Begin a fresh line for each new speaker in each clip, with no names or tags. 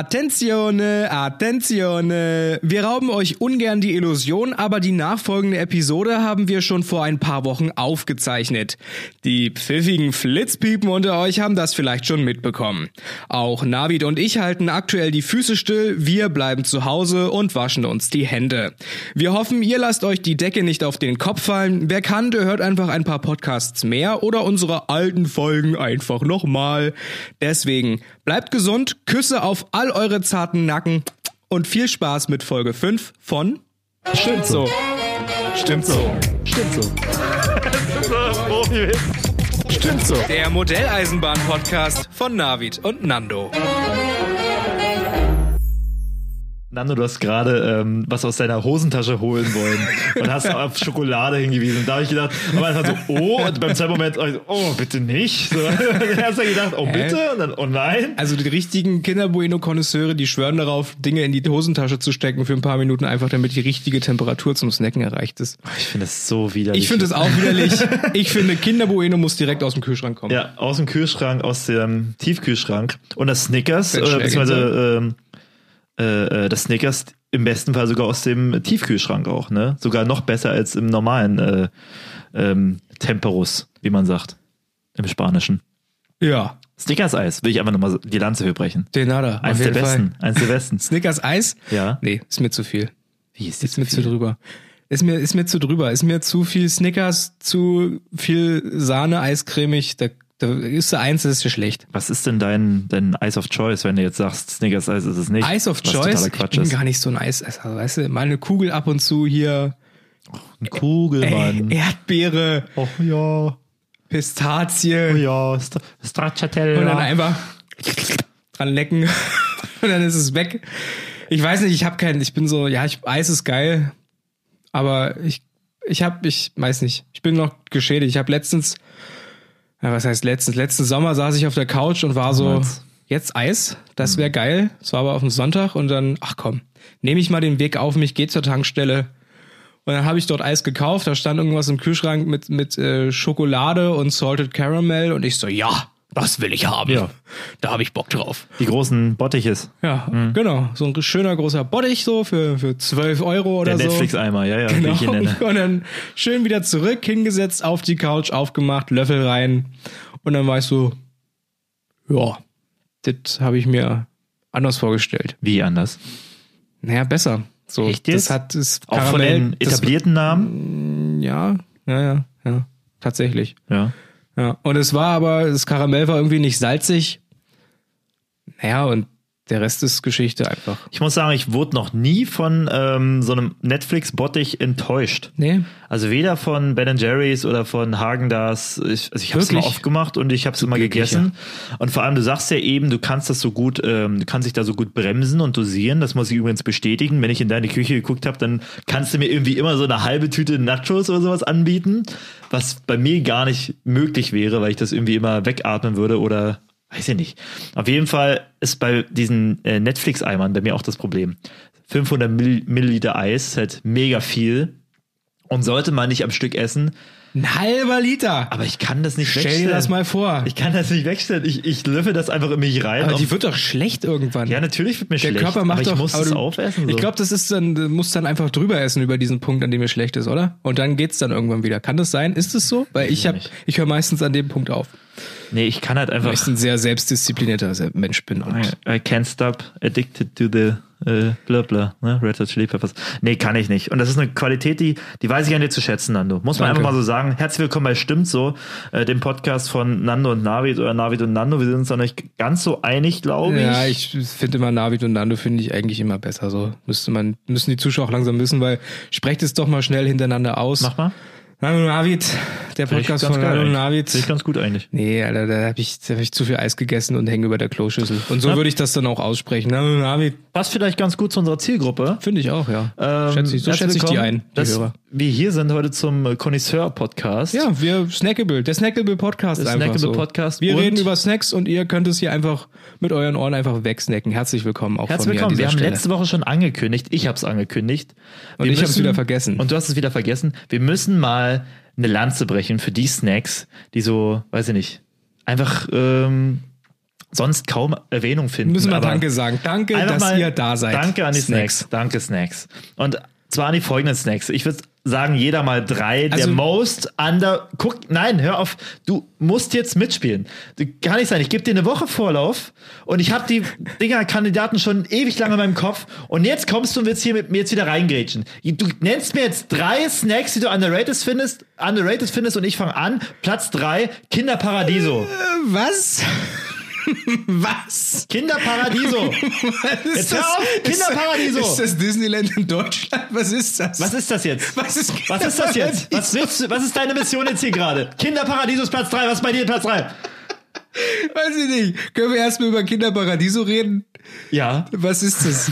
Attenzione, attenzione. Wir rauben euch ungern die Illusion, aber die nachfolgende Episode haben wir schon vor ein paar Wochen aufgezeichnet. Die pfiffigen Flitzpiepen unter euch haben das vielleicht schon mitbekommen. Auch Navid und ich halten aktuell die Füße still, wir bleiben zu Hause und waschen uns die Hände. Wir hoffen, ihr lasst euch die Decke nicht auf den Kopf fallen. Wer kann, der hört einfach ein paar Podcasts mehr oder unsere alten Folgen einfach nochmal. Deswegen bleibt gesund, Küsse auf all eure zarten Nacken und viel Spaß mit Folge 5 von Stimmt so. Stimmt so. Stimmt so. Stimmt so. Der Modelleisenbahn-Podcast von Navid und Nando.
Nando, du hast gerade ähm, was aus deiner Hosentasche holen wollen und hast auf Schokolade hingewiesen. Da habe ich gedacht, am Anfang so, oh, und beim zweiten Moment, oh, bitte nicht. So, dann hast du gedacht, oh, bitte, und dann, oh nein.
Also die richtigen Kinderbueno-Konnoisseure, die schwören darauf, Dinge in die Hosentasche zu stecken für ein paar Minuten, einfach damit die richtige Temperatur zum Snacken erreicht ist.
Ich finde das so widerlich.
Ich finde es auch widerlich. Ich finde, Kinderbueno muss direkt aus dem Kühlschrank kommen.
Ja, aus dem Kühlschrank, aus dem Tiefkühlschrank. Und das Snickers,
Wird
oder
schnell
beziehungsweise ähm, äh, äh, das Snickers im besten Fall sogar aus dem Tiefkühlschrank auch, ne? Sogar noch besser als im normalen äh, ähm, Temperus, wie man sagt. Im Spanischen.
Ja,
Snickers Eis, will ich einfach nochmal die Lanze für brechen.
den hat er.
Eins
auf
der
jeden Fall.
besten. Eins der besten.
Snickers Eis?
Ja.
Nee, ist mir zu viel.
Wie ist
Ist mir zu drüber. Ist mir, ist mir zu drüber. Ist mir zu viel Snickers, zu viel Sahne, eiscremig. Da, da ist der Eins, das ist ja schlecht.
Was ist denn dein, dein Ice of Choice, wenn du jetzt sagst, Snickers Eis ist es nicht?
Eis of
was
Choice.
Totaler
Ich
Quatsch
bin
ist.
gar nicht so ein Eisesser. Weißt du, meine Kugel ab und zu hier.
Ein Kugelmann.
Ey, Erdbeere,
oh ja,
Pistazie.
oh ja, St Stracciatella.
Und dann einfach dran lecken. Und dann ist es weg. Ich weiß nicht, ich habe keinen, ich bin so, ja, ich, Eis ist geil, aber ich, ich habe, ich weiß nicht, ich bin noch geschädigt. Ich habe letztens, ja, was heißt letztens? Letzten Sommer saß ich auf der Couch und war so,
Damals.
jetzt Eis,
Mhm.
das wäre geil. Es war aber auf dem Sonntag und dann, ach komm, nehme ich mal den Weg auf mich, gehe zur Tankstelle. Und dann habe ich dort Eis gekauft, da stand irgendwas im Kühlschrank mit, mit äh, Schokolade und Salted Caramel und ich so, ja, das will ich haben.
Ja.
Da habe ich Bock drauf.
die großen Bottiches.
Ja, genau. So ein schöner großer Bottich so für, für 12 Euro oder
Der
so.
Netflix-Eimer, ja, ja, wie
Also, Genau.
ich ihn nenne.
Und dann schön wieder zurück, hingesetzt, auf die Couch, aufgemacht, Löffel rein. Und dann war ich so, ja, das habe ich mir anders vorgestellt.
Wie anders?
Naja, besser. So,
Echt
das
jetzt?
hat das
Auch von
Karamell,
den etablierten Namen?
das, ja, ja, ja, ja, tatsächlich.
Ja.
Ja, und es war aber, das Karamell war irgendwie nicht salzig. Naja, und der Rest ist Geschichte einfach.
Ich muss sagen, ich wurde noch nie von ähm, so einem Netflix-Bottich enttäuscht.
Nee,
Also weder von Ben Jerry's oder von Hagen das. Ich, also ich habe
Wirklich?
es immer oft gemacht und ich habe es immer
Glücklich,
gegessen. Und vor allem, du sagst ja eben, du kannst das so gut, ähm, du kannst dich da so gut bremsen und dosieren. Das muss ich übrigens bestätigen. Wenn ich in deine Küche geguckt habe, dann kannst du mir irgendwie immer so eine halbe Tüte Nachos oder sowas anbieten, was bei mir gar nicht möglich wäre, weil ich das irgendwie immer wegatmen würde oder weiß ich nicht. Auf jeden Fall ist bei diesen äh, Netflix-Eimern bei mir auch das Problem. 500 Mill Milliliter Eis, ist halt mega viel. Und sollte man nicht am Stück essen,
ein halber Liter.
aber ich kann das nicht
Stell
wegstellen.
dir das mal vor.
Ich kann das nicht wegstellen. Ich, ich löffel das einfach in mich rein.
aber
Auf-
die wird doch schlecht irgendwann.
ja, natürlich wird mir
der
schlecht.
Körper macht
aber ich
doch.
muss
aber
das
du-
aufessen. So.
Ich glaube, das ist dann, du musst dann einfach drüber essen über diesen Punkt, an dem es schlecht ist, oder? Und dann geht's dann irgendwann wieder. Kann das sein? Ist es so? Weil ich
ich
hab,
nicht.
ich höre meistens an dem Punkt auf.
nee, ich kann halt
Weil
einfach.
ich ein sehr selbstdisziplinierter Se- Mensch bin. Und
I, I can't stop addicted to the äh, bla bla, ne? Red Hot Chili Peppers. Nee, kann ich nicht. Und das ist eine Qualität, die, die weiß ich an dir zu schätzen, Nando. Muss man
Danke.
einfach mal so sagen. Herzlich willkommen bei Stimmt so, äh, dem Podcast von Nando und Navid oder Navid und Nando. Wir sind uns da nicht ganz so einig, glaube ich.
Ja, ich finde immer Navid und Nando finde ich eigentlich immer besser. So müsste man, müssen die Zuschauer auch langsam wissen, weil sprecht es doch mal schnell hintereinander aus.
Mach mal.
Nando und Navid, der
Finde ich
Podcast
ganz
von
geil
Nando und
eigentlich. Finde ich
Navid.
ganz gut eigentlich.
Nee, Alter, da habe ich, da hab ich zu viel Eis gegessen und hänge über der Kloschüssel. Und so
Na-
würde ich das dann auch aussprechen. Nando und Navid,
Passt vielleicht ganz gut zu unserer Zielgruppe.
finde ich auch, ja.
Ähm,
schätze ich, so
herzlich
schätze ich die
willkommen,
ein, die
dass
Hörer.
Wir hier sind heute zum äh, Connoisseur-Podcast.
Ja, wir Snackable, der Snackable Podcast
Der
einfach
Snackable
so.
Podcast
Wir
und-
reden über Snacks und ihr könnt es hier einfach mit euren Ohren einfach wegsnacken. Herzlich willkommen auch
Herzlich
von mir an
willkommen.
dieser
Wir haben
Stelle.
letzte Woche schon angekündigt. Ich habe es angekündigt.
Und
Wir
ich hab's
müssen-
wieder vergessen.
Und du hast es wieder vergessen. Wir müssen mal eine Lanze brechen für die Snacks, die so, weiß ich nicht, einfach ähm, sonst kaum Erwähnung finden.
Müssen wir
aber
Danke sagen. Danke,
einfach
dass
mal
ihr da seid.
Danke an die Snacks. Danke, Snacks. Und zwar an die folgenden Snacks. Ich würde sagen, jeder mal drei.
Also-
der most under. Guck, nein, hör auf. Du musst jetzt mitspielen. Du, kann nicht sein. Ich gebe dir eine Woche Vorlauf und ich habe die Dinger Kandidaten schon ewig lange in meinem Kopf. Und jetzt kommst du und willst hier mit mir jetzt wieder reingrätschen. Du nennst mir jetzt drei Snacks, die du underrated findest, underrated findest und ich fange an. Platz drei, Kinderparadiso.
Was? Was?
Kinderparadiso.
Was ist
Jetzt hör auf, Kinderparadiso.
Ist, das Disneyland in Deutschland? Was ist das?
Was ist das jetzt?
Was ist,
Was ist das jetzt?
Kinderparadies?
Was, willst du, was ist deine Mission jetzt hier gerade? Kinderparadies ist Platz 3, was ist bei dir Platz 3?
Weiß ich nicht. Können wir erstmal über Kinderparadiso reden?
Ja,
Was ist das?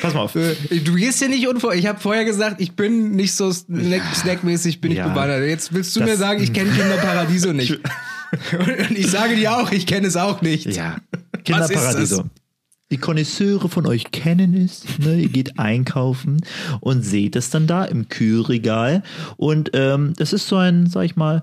pass mal auf.
Äh, Du gehst hier nicht unvor. Ich habe vorher gesagt, ich bin nicht so snack snackmäßig, bin
Ja.
ich bewandert. Jetzt willst du
Das-
mir sagen, ich kenne Kinderparadiso nicht. Und ich sage dir auch, ich kenne es auch nicht.
Ja,
Was ist
Kinderparadies.
das?
Die Konnoisseure von euch kennen es. Ne? Ihr geht einkaufen und seht es dann da im Kühlregal. Und ähm, das ist so ein, sag ich mal,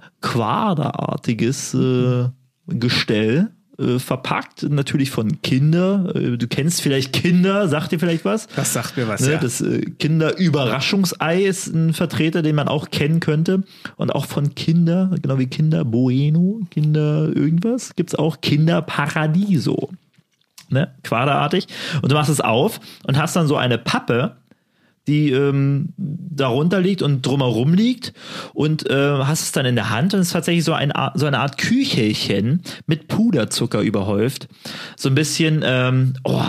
quaderartiges äh, Gestell. äh, Verpackt natürlich von Kinder. Äh, Du kennst vielleicht Kinder, sagt dir vielleicht was?
Das sagt mir was,
Ne,
ja.
Das äh, Kinderüberraschungsei ist ein Vertreter, den man auch kennen könnte. Und auch von Kinder, genau wie Kinder Bueno, Kinder irgendwas, gibt's auch Kinderparadiso. Ne? Quaderartig. Und du machst es auf und hast dann so eine Pappe, die ähm, darunter liegt und drumherum liegt und äh, hast es dann in der Hand und es ist tatsächlich so, ein, Ar- so eine Art Küchelchen mit Puderzucker überhäuft. So ein bisschen, ähm, oh,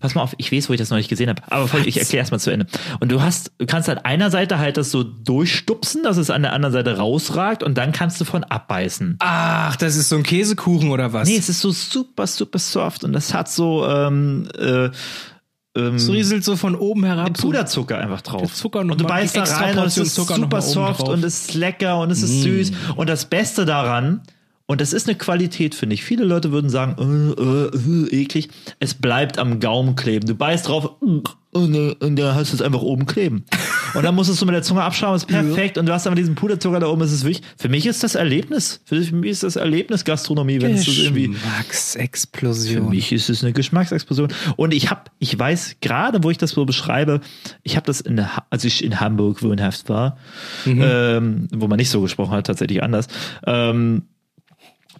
pass mal auf, ich weiß, wo ich das noch nicht gesehen habe, aber voll, ich erkläre erstmal zu Ende. Und du hast, du kannst an einer Seite halt das so durchstupsen, dass es an der anderen Seite rausragt und dann kannst du von abbeißen.
Ach, das ist so ein Käsekuchen oder was?
Nee, es ist so super, super soft und das hat so, ähm, äh, ähm,
es rieselt so von oben herab. so-
Puderzucker einfach drauf.
Zucker noch
und du
mal, die
beißt da
extra
rein und es
Portion
ist
Zucker noch
super
mal oben
soft
drauf. Mm.
und es ist lecker und es ist süß. Und das Beste daran, und das ist eine Qualität, finde ich. Viele Leute würden sagen, äh, äh, äh, eklig. Es bleibt am Gaumen kleben. Du beißt drauf äh, und, und dann hast du es einfach oben kleben. Und dann musstest du mit der Zunge abschaben, ist perfekt. Und du hast aber diesen Puderzucker da oben, es ist wichtig. Für mich ist das Erlebnis. Für mich ist das Erlebnis Gastronomie, wenn es so irgendwie für
Geschmacksexplosion.
mich ist es eine Geschmacksexplosion. Und ich habe, ich weiß gerade, wo ich das so beschreibe, ich habe das, in, Ha- als ich in Hamburg wohnhaft war, ähm, wo man nicht so gesprochen hat, tatsächlich anders. Ähm,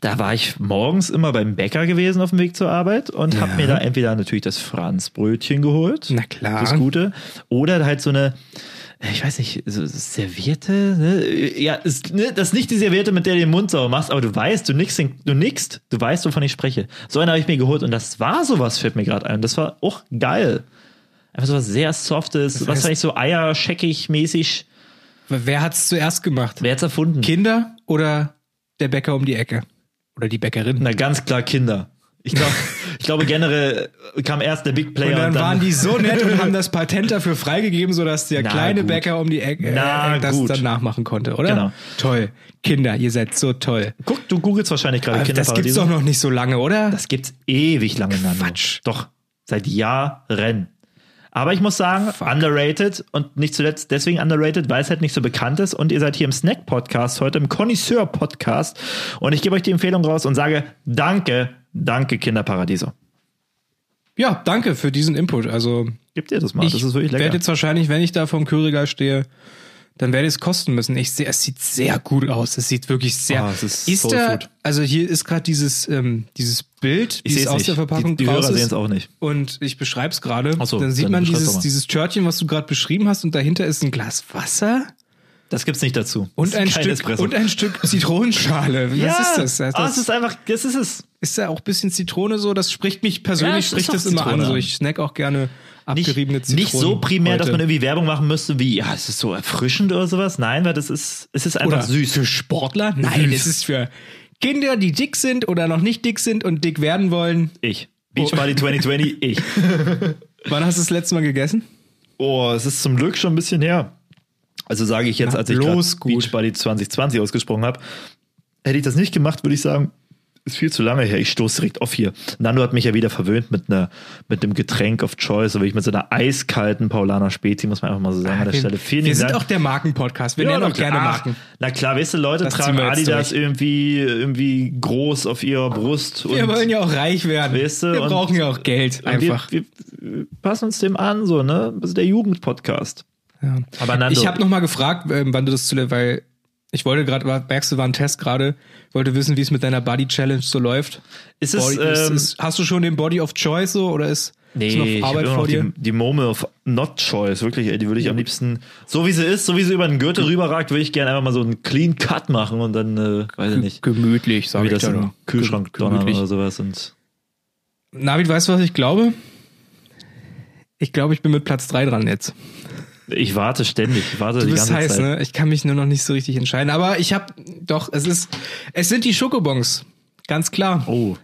da war ich morgens immer beim Bäcker gewesen auf dem Weg zur Arbeit und habe mir da entweder natürlich das Franzbrötchen geholt.
Na klar.
Das Gute. Oder halt so eine, ich weiß nicht, so Serviette. Ne? Ja, ist, ne, das ist nicht die Serviette, mit der du den Mund sauber machst, aber du weißt, du nickst, den- du nickst, du weißt, wovon ich spreche. So eine habe ich mir geholt und das war sowas, fällt mir gerade ein. Das war auch geil. Einfach sowas sehr Softes, was
heißt-
vielleicht so eierscheckig mäßig.
Wer hat's zuerst gemacht?
Wer hat's erfunden?
Kinder oder der Bäcker um die Ecke? Oder die Bäckerin?
Na, ganz klar Kinder. Ich, glaub, ich glaube, generell kam erst der Big Player.
Und dann, waren die so nett und haben das Patent dafür freigegeben, sodass der
Na
kleine
gut.
Bäcker um die Ecke äh,
Na
das
gut.
dann nachmachen konnte, oder?
Genau.
Toll. Kinder, ihr seid so toll. Also,
Guck, du googelst wahrscheinlich gerade
Das
Kinderparadies.
gibt's doch noch nicht so lange, oder?
Das gibt's ewig lange Nando.
Quatsch.
Doch, seit Jahren. Aber ich muss sagen, underrated und nicht zuletzt deswegen underrated, weil es halt nicht so bekannt ist. Und ihr seid hier im Snack-Podcast heute, im Connoisseur-Podcast. Und ich gebe euch die Empfehlung raus und sage Danke, danke, Kinderparadieso.
ja, danke für diesen Input. Also
Gebt ihr Ah, das mal,
ich
das ist wirklich lecker.
werde jetzt wahrscheinlich, wenn ich da vom Kühlregal stehe, dann werde ich es kosten müssen. Ich sehe, es sieht sehr gut aus. Es sieht wirklich sehr.
Ah, es ist
ist
Soul
da,
Food.
also hier ist gerade dieses ähm, dieses Bild,
ich
wie es
seh's
aus
nicht.
der Verpackung
die, die
raus
Hörer
ist.
sehen es auch nicht.
Und ich beschreibe es gerade.
Ach so,
dann sieht
dann
man
beschreib's doch
dieses,
mal.
dieses Törtchen, was du gerade beschrieben hast, und dahinter ist ein Glas Wasser
Das gibt's nicht dazu. Das
und
ist
ein,
kein
Stück,
Espresso.
und ein Stück Zitronenschale. Was
ja,
ist das?
ah, es
das
ist einfach, das ist es.
ist da auch ein bisschen Zitrone so? Das spricht mich
Ja,
persönlich,
es ist
spricht
doch
das immer
Zitrone.
an. So, ich snack auch gerne
nicht,
abgeriebene Zitronen.
nicht so primär, dass man
heute.
irgendwie Werbung machen müsste, wie, ja, es ist so erfrischend oder sowas. Nein, weil das ist, es ist einfach
Oder
süß.
für Sportler? Nein,
Süß.
es ist für Kinder, die dick sind oder noch nicht dick sind und dick werden wollen.
Ich. Beachbody 2020,
Oh.
ich.
Wann hast du das letzte Mal gegessen?
Oh, es ist zum Glück schon ein bisschen her. Also sage ich jetzt,
Na,
als ich grad
bloß gut.
Beachbody 2020 ausgesprochen habe, hätte ich das nicht gemacht, würde ich sagen, Ist viel zu lange her. Ich stoße direkt auf hier. Nando hat mich ja wieder verwöhnt mit einer mit dem Getränk of Choice, aber ich mit so einer eiskalten Paulaner Spezi, muss man einfach mal so sagen an der Stelle. Vielen
wir sind
Dank.
auch der Markenpodcast. Wir
Ja,
nennen
na
auch gerne
klar.
Marken.
Na klar, weißt du, Leute
Das ziehen
tragen
wir jetzt
Adidas
durch.
irgendwie irgendwie groß auf ihrer Brust
Wir
und
wollen ja auch reich werden.
Weißt du,
wir
und-
brauchen ja auch Geld
und wir-
einfach.
Wir, wir passen uns dem an, so, ne? Das ist der Jugendpodcast.
ja.
Aber Nando,
Ich habe nochmal gefragt, ähm, wann du das zuletzt, weil ich wollte gerade, war- merkst du, war ein Test gerade, wollte wissen, wie es mit deiner Body Challenge so läuft.
ist es,
Body, ist,
ähm,
ist, hast du schon den Body of Choice so oder ist, ist
Nee, ich
noch
hab
Arbeit
immer noch
vor dir?
die, die Mome of Not Choice, wirklich, ey, die würde ich am liebsten, so wie sie ist, so wie sie über den Gürtel rüberragt, würde ich gerne einfach mal so einen Clean Cut machen und dann, äh, weiß ich nicht,
Gemütlich, sag
wie das im Kühlschrank donnern
gemütlich.
oder sowas und
Navid, weißt du, was ich glaube? Ich glaube, ich bin mit Platz 3 dran jetzt.
ich warte ständig, ich warte
Du
die
bist
ganze
heiß,
Zeit.
ne? Ich kann mich nur noch nicht so richtig entscheiden. Aber ich habe doch, es ist, es sind die Schokobons. Ganz klar.
Oh.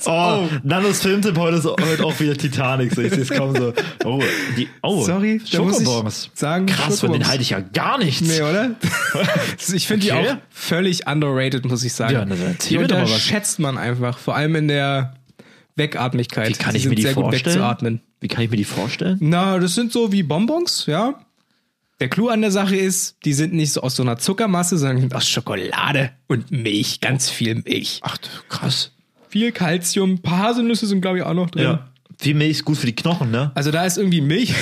oh, Nanos Filmtipp heute ist heute auch wieder Titanic. so Ich sehe es kaum so. Oh, die, oh
Sorry, da muss ich
Schokobons.
sagen,
Krass, von denen
Schokobons.
halte ich ja gar nichts.
Nee, oder? ich finde die
Okay.
auch völlig underrated, muss ich sagen.
Ja, na, dann erzähl
die
mir doch mal was.
unterschätzt man einfach, vor allem in der Wegatmigkeit.
Wie kann
Sie
ich
sind
mir die
sehr Gut
vorstellen?
wegzuatmen.
Wie kann ich mir die vorstellen?
Na, das sind so wie Bonbons, ja. Der Clou an der Sache ist, die sind nicht so aus so einer Zuckermasse, sondern aus Schokolade und Milch, ganz viel Milch.
Oh. Ach, krass.
Viel Kalzium, ein paar Haselnüsse sind glaube ich auch noch drin.
Ja. Viel Milch ist gut für die Knochen, ne?
Also da ist irgendwie Milch.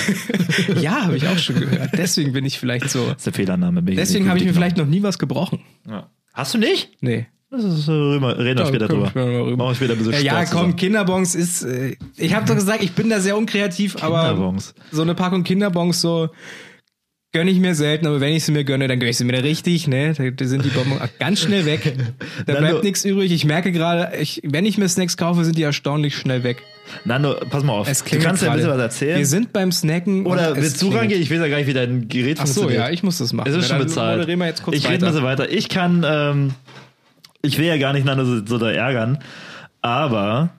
ja, habe ich auch schon gehört. Deswegen bin ich vielleicht so.
Das ist der Fehlername. Milch ist
Deswegen
gut genau.
habe ich
für die
mir vielleicht noch nie was gebrochen.
Knochen. Ja. Hast du nicht?
Nee.
Das ist, äh, rüber- reden wir
Ja,
später
können wir
drüber.
später mal rüber.
Machen wir später ein bisschen
Ja, ja
Sport
komm,
zusammen.
Kinderbons ist. Äh, ich habe doch gesagt, ich bin da sehr unkreativ, aber
Kinderbons.
so eine Packung Kinderbons so gönne ich mir selten, aber wenn ich sie mir gönne, dann gönne ich sie mir da richtig, ne? Da da sind die Bonbons auch ganz schnell weg. Da
Dann nur-
bleibt nichts übrig. Ich merke gerade, ich, wenn ich mir Snacks kaufe, sind die erstaunlich schnell weg.
Nando, pass mal auf.
Es
Du
klingelt
kannst ja ein bisschen was
gerade.
erzählen.
Wir sind beim Snacken.
Oder
und es
willst du
klingelt.
rangehen? Ich weiß ja gar nicht, wie dein Gerät
Ach so,
funktioniert.
ja, ich muss das machen.
Es ist
Na,
schon
dann
bezahlt.
moderieren wir jetzt kurz
ich rede
weiter.
ein bisschen weiter. Ich kann, ähm, ich will ja gar nicht Nando so, so da ärgern, aber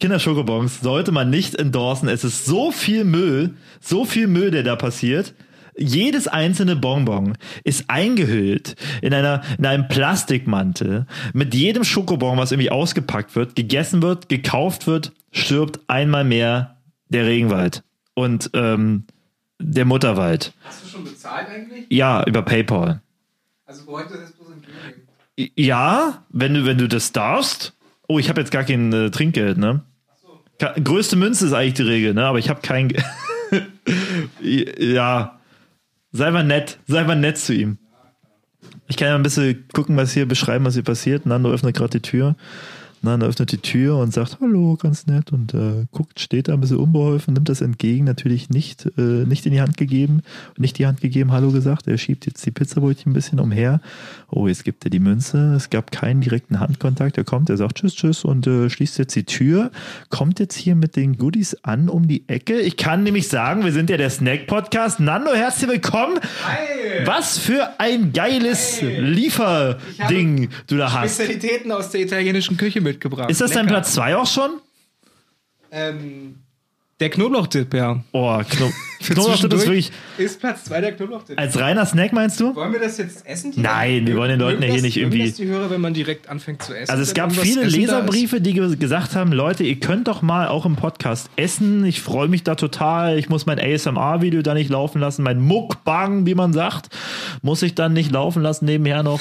Kinderschokobons sollte man nicht endorsen. Es ist so viel Müll, so viel Müll, der da passiert. Jedes einzelne Bonbon ist eingehüllt in, einer, in einem Plastikmantel. Mit jedem Schokobon, was irgendwie ausgepackt wird, gegessen wird, gekauft wird, stirbt einmal mehr der Regenwald und ähm, der Mutterwald.
Hast du schon bezahlt eigentlich?
Ja, über PayPal.
Also heute ist bloß ein Gaming.
I- Ja, wenn du, wenn du das darfst. Oh, ich habe jetzt gar kein äh, Trinkgeld, ne? Ka größte Münze ist eigentlich die Regel, ne? Aber ich habe kein. Ge- I- ja. Sei mal nett. Sei mal nett zu ihm. Ich kann ja ein bisschen gucken, was hier beschreiben, was hier passiert. Nando öffnet gerade die Tür. Nando öffnet die Tür und sagt Hallo, ganz nett. Und äh, guckt, steht da ein bisschen unbeholfen, nimmt das entgegen, natürlich nicht, äh, nicht in die Hand gegeben, nicht die Hand gegeben, Hallo gesagt. Er schiebt jetzt die Pizzabrötchen ein bisschen umher. Oh, jetzt gibt er die Münze. Es gab keinen direkten Handkontakt. Er kommt, er sagt Tschüss, Tschüss und äh, schließt jetzt die Tür. Kommt jetzt hier mit den Goodies an um die Ecke. Ich kann nämlich sagen, wir sind ja der Snack-Podcast. Nando, herzlich willkommen. Was für ein geiles Lieferding du da hast.
Spezialitäten aus der italienischen Küche mitgebracht.
Ist das dein
Lecker.
Platz 2 auch schon?
Ähm, der Knoblauchtipp, ja.
Oh, Knob Knoblauchtipp ist
Zwischendurch
wirklich.
Ist Platz 2 der Knoblauchtipp.
Als reiner Snack meinst du?
wollen wir das jetzt essen? Die
Nein, wir wollen den Leuten ja hier
das,
nicht
mögen
irgendwie-
Das die Hörer, wenn man direkt anfängt zu essen.
Also es
wenn
gab
irgendwas
viele
Essen da ist?
Leserbriefe, die ge- gesagt haben, Leute, ihr könnt doch mal auch im Podcast essen. Ich freue mich da total. Ich muss mein ASMR-Video da nicht laufen lassen. Mein Muckbang, wie man sagt, muss ich dann nicht laufen lassen nebenher noch.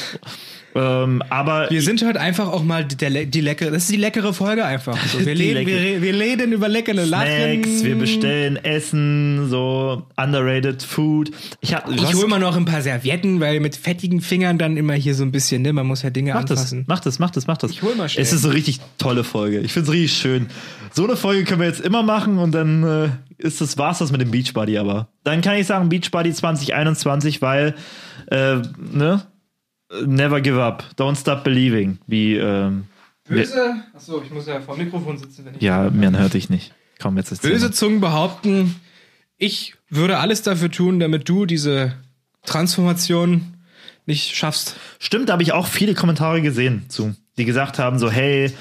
Ähm, aber
Wir sind heute einfach auch mal die, der, Le- die leckere, das ist die leckere Folge einfach. So, wir,
ist die
reden, wir,
leckere-
re- wir reden über leckere Lachen.
Snacks, wir bestellen Essen, so underrated Food. Ich, hab,
Ich hole mal noch ein paar Servietten, weil mit fettigen Fingern dann immer hier so ein bisschen, ne, man muss ja Dinge
Mach das,
anfassen.
mach das, mach das, mach das.
Ich hol mal schnell.
Es ist eine richtig tolle Folge. Ich finde es richtig schön. So eine Folge können wir jetzt immer machen und dann äh, ist das, war's das mit dem Beachbody aber. Dann kann ich sagen Beachbody 2021, weil, äh, ne? Never give up. Don't stop believing. Wie, ähm,
Böse, achso, ich muss ja vor dem Mikrofon sitzen, wenn ich
ja, man hört dich nicht. Komm, jetzt ist
Böse Zungen behaupten, ich würde alles dafür tun, damit du diese Transformation nicht schaffst.
Stimmt, da habe ich auch viele Kommentare gesehen zu, die gesagt haben so, hey,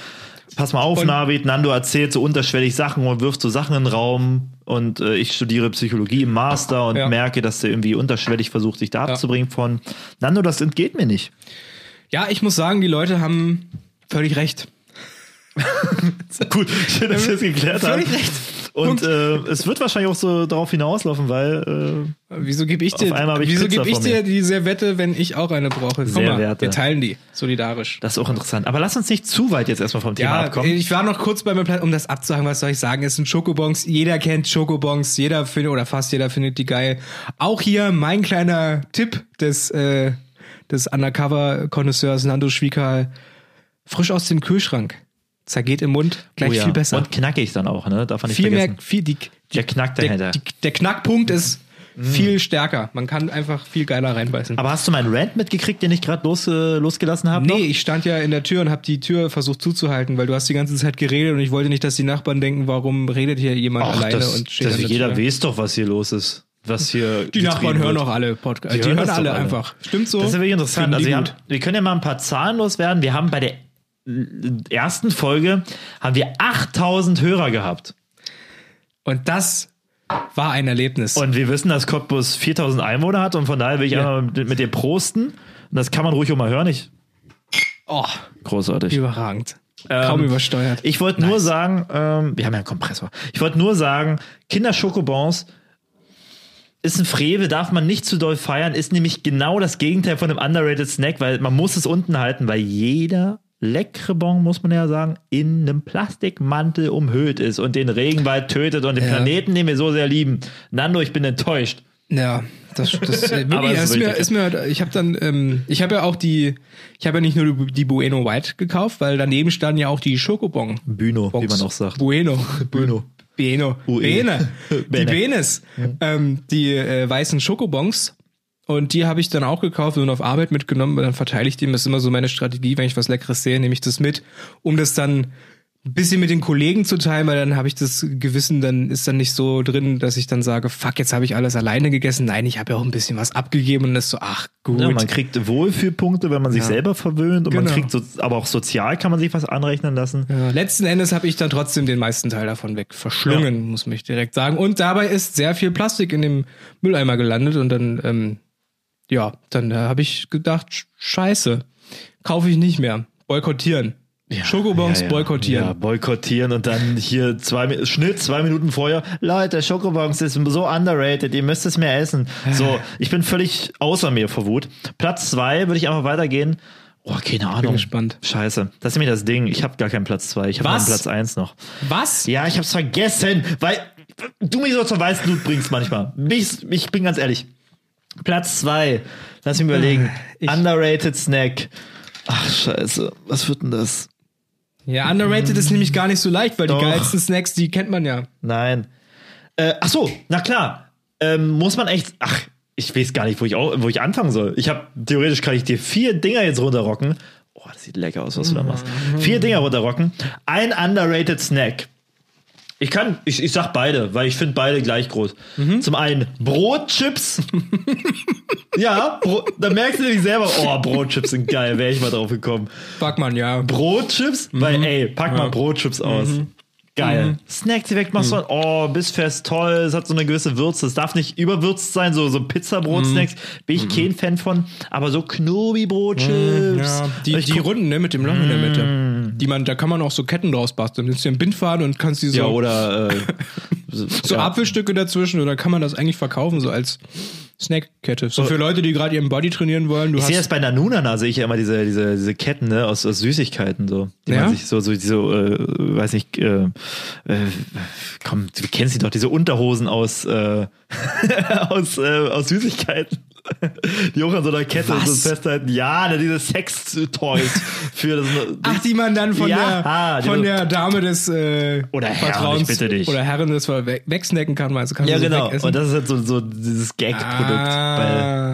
Pass mal auf,
Und-
Navid, Nando erzählt so unterschwellig Sachen und wirft so Sachen in den Raum und äh, ich studiere Psychologie im Master und
Ja.
merke, dass der irgendwie unterschwellig versucht, sich da abzubringen von Nando, das entgeht mir nicht.
Ja, ich muss sagen, die Leute haben völlig recht.
Gut, schön, dass wir das geklärt haben.
Völlig recht. Punkt.
Und äh, es wird wahrscheinlich auch so darauf hinauslaufen, weil äh,
Wieso gebe ich dir,
Auf einmal hab ich
wieso
Pizza
gebe ich
vor
dir diese Wette, wenn ich auch eine brauche? Guck mal,
Werte.
wir teilen die solidarisch.
das ist auch interessant. Aber lass uns nicht zu weit jetzt erstmal vom Thema
Ja, eh,
abkommen.
ich war noch kurz bei meinem Plan, um das abzuhaken, was soll ich sagen? Es sind Schokobons, jeder kennt Schokobons, jeder findet oder fast jeder findet die geil. Auch hier mein kleiner Tipp des, äh, des Undercover-Konnoisseurs Nando Schwiekal. Frisch aus dem Kühlschrank. Zergeht im Mund, gleich
Oh ja.
viel besser.
Und knackig dann auch, ne? Darf man nicht
viel mehr,
vergessen.
viel die, die,
Der knackt
der,
dahinter.
die, der Knackpunkt ist
Mm.
viel stärker. Man kann einfach viel geiler reinbeißen.
Aber hast du meinen Rant mitgekriegt, den ich gerade los, äh, losgelassen habe?
Nee, ich stand ja in der Tür und habe die Tür versucht zuzuhalten, weil du hast die ganze Zeit geredet und ich wollte nicht, dass die Nachbarn denken, warum redet hier jemand
Ach,
alleine
das,
und steht
das
an der
jeder
Tür.
weiß doch, was hier los ist. Was hier
Die Nachbarn hören
auch
auch alle Podcasts. Die, hören,
hören das doch
alle
alle.
einfach. Stimmt so?
Das ist ja wirklich
Finden
interessant. Also
die
wir, haben,
gut.
wir können ja mal ein paar Zahlen loswerden. Wir haben bei der ersten Folge haben wir 8000 Hörer gehabt.
und das war ein Erlebnis.
Und wir wissen, dass Cottbus 4000 Einwohner hat und von daher will ich
Ja.
einmal mit, mit dir prosten. Und das kann man ruhig auch mal hören. Ich,
oh,
großartig.
überragend. Kaum übersteuert.
Ähm, Ich wollte nur sagen, ähm, wir haben ja einen Kompressor. Ich wollte nur sagen, Kinderschokobons ist ein Frevel, darf man nicht zu doll feiern, ist nämlich genau das Gegenteil von einem underrated Snack, weil man muss es unten halten, weil jeder leckere Bon, muss man ja sagen, in einem Plastikmantel umhüllt ist und den Regenwald tötet und den
Ja.
Planeten, den wir so sehr lieben. Nando, ich bin enttäuscht.
Ja, das, das äh,
Aber
wirklich,
es ist
ist, ist, mir,
richtig.
ist mir, ich habe dann, ähm, ich habe ja auch die, ich habe ja nicht nur die Bueno White gekauft, weil daneben standen ja auch die Schokobon.
Bühno, wie
Bongs.
man auch sagt.
Bueno.
Bühno.
Bene. Bene. Die
Bene.
Benes. Ähm, die äh, weißen Schokobons. Und die habe ich dann auch gekauft und auf Arbeit mitgenommen. Dann verteile ich die. Das ist immer so meine Strategie. Wenn ich was Leckeres sehe, nehme ich das mit, um das dann ein bisschen mit den Kollegen zu teilen, weil dann habe ich das Gewissen, dann ist dann nicht so drin, dass ich dann sage, fuck, jetzt habe ich alles alleine gegessen. Nein, ich habe ja auch ein bisschen was abgegeben und das so, ach gut.
Ja, man kriegt Wohlfühlpunkte, wenn man sich selber verwöhnt und man
Genau.
kriegt, so, aber auch sozial kann man sich was anrechnen lassen.
Ja, Äh, letzten Endes habe ich dann trotzdem den meisten Teil davon weg verschlungen, muss mich direkt sagen. Und dabei ist sehr viel Plastik in dem Mülleimer gelandet und dann, ähm, ja, dann äh, habe ich gedacht, sch- scheiße, kaufe ich nicht mehr. Boykottieren. Schokobons
Ja, ja.
boykottieren.
Ja, boykottieren und dann hier zwei Mi- Schnitt, zwei Minuten vorher. Leute, Schokobons ist so underrated, ihr müsst es mehr essen. So, ich bin völlig außer mir vor Wut. Platz zwei würde ich einfach weitergehen. Oh, keine Ahnung.
gespannt.
Scheiße. Das ist nämlich das Ding. Ich habe gar keinen Platz zwei. Ich habe
Was?
einen Platz eins noch.
Was?
Ja, ich hab's vergessen, weil du mich so zur Weißblut bringst manchmal. Ich, ich bin ganz ehrlich. Platz zwei. Lass mich überlegen.
Ah, Ich-
Underrated Snack. Ach, scheiße. Was wird denn das?
Ja, underrated ist nämlich gar nicht so leicht, weil
Doch.
die geilsten Snacks, die kennt man ja.
Nein. Äh, ach so, na klar. Ähm, muss man echt. Ach, ich weiß gar nicht, wo ich, au- wo ich anfangen soll. Ich habe theoretisch kann ich dir vier Dinger jetzt runterrocken. Oh, das sieht lecker aus, was du da machst. Vier Dinger runterrocken. Ein underrated Snack. Ich kann, ich, ich sag beide, weil ich finde beide gleich groß. Zum einen Brotchips. ja, Bro, da merkst du dich selber, oh, Brotchips sind geil, wäre ich mal drauf gekommen.
Fuck man, ja.
Brotchips? Weil, ey, pack mal Brotchips aus. Geil. Snack direkt machst du an. Oh, Bissfest, toll. Es hat so eine gewisse Würze. Es darf nicht überwürzt sein, so, so Pizzabrot-Snacks. Bin ich kein Fan von. Aber so Knobi-Brotchips.
Ja, die,
Ich
die
guck-
Runden, ne, mit dem Loch in der
Mm.
Mitte. Die man, da kann man auch so Ketten draus basteln. Nimmst du einen Bindfaden und kannst die so,
ja, oder. Äh,
so
ja.
Apfelstücke dazwischen oder kann man das eigentlich verkaufen, so als Snackkette? So für Leute, die gerade ihren Body trainieren wollen, du
Ich sehe das
hast.
bei Nanunana, sehe ich ja immer diese, diese, diese Ketten ne, aus, aus Süßigkeiten, so. Die
Ja?
man sich so, so, so äh, weiß nicht, äh, äh, komm, du kennst die doch, diese Unterhosen aus, äh, aus, äh, aus Süßigkeiten. Die auch an so einer Kette
Was?
so festhalten. Ja, ne, diese Sex-Toys für das.
Ach, die man dann von,
Ja, ah,
der,
die
von
man-
der Dame des äh,
Oder Herren,
Vertrauens
ich bitte dich.
oder Herren des Ver we wegsnacken kann, weil also kannst
Ja,
du so
genau.
wegessen.
Und das ist halt so, so dieses Gag-Produkt
Ah,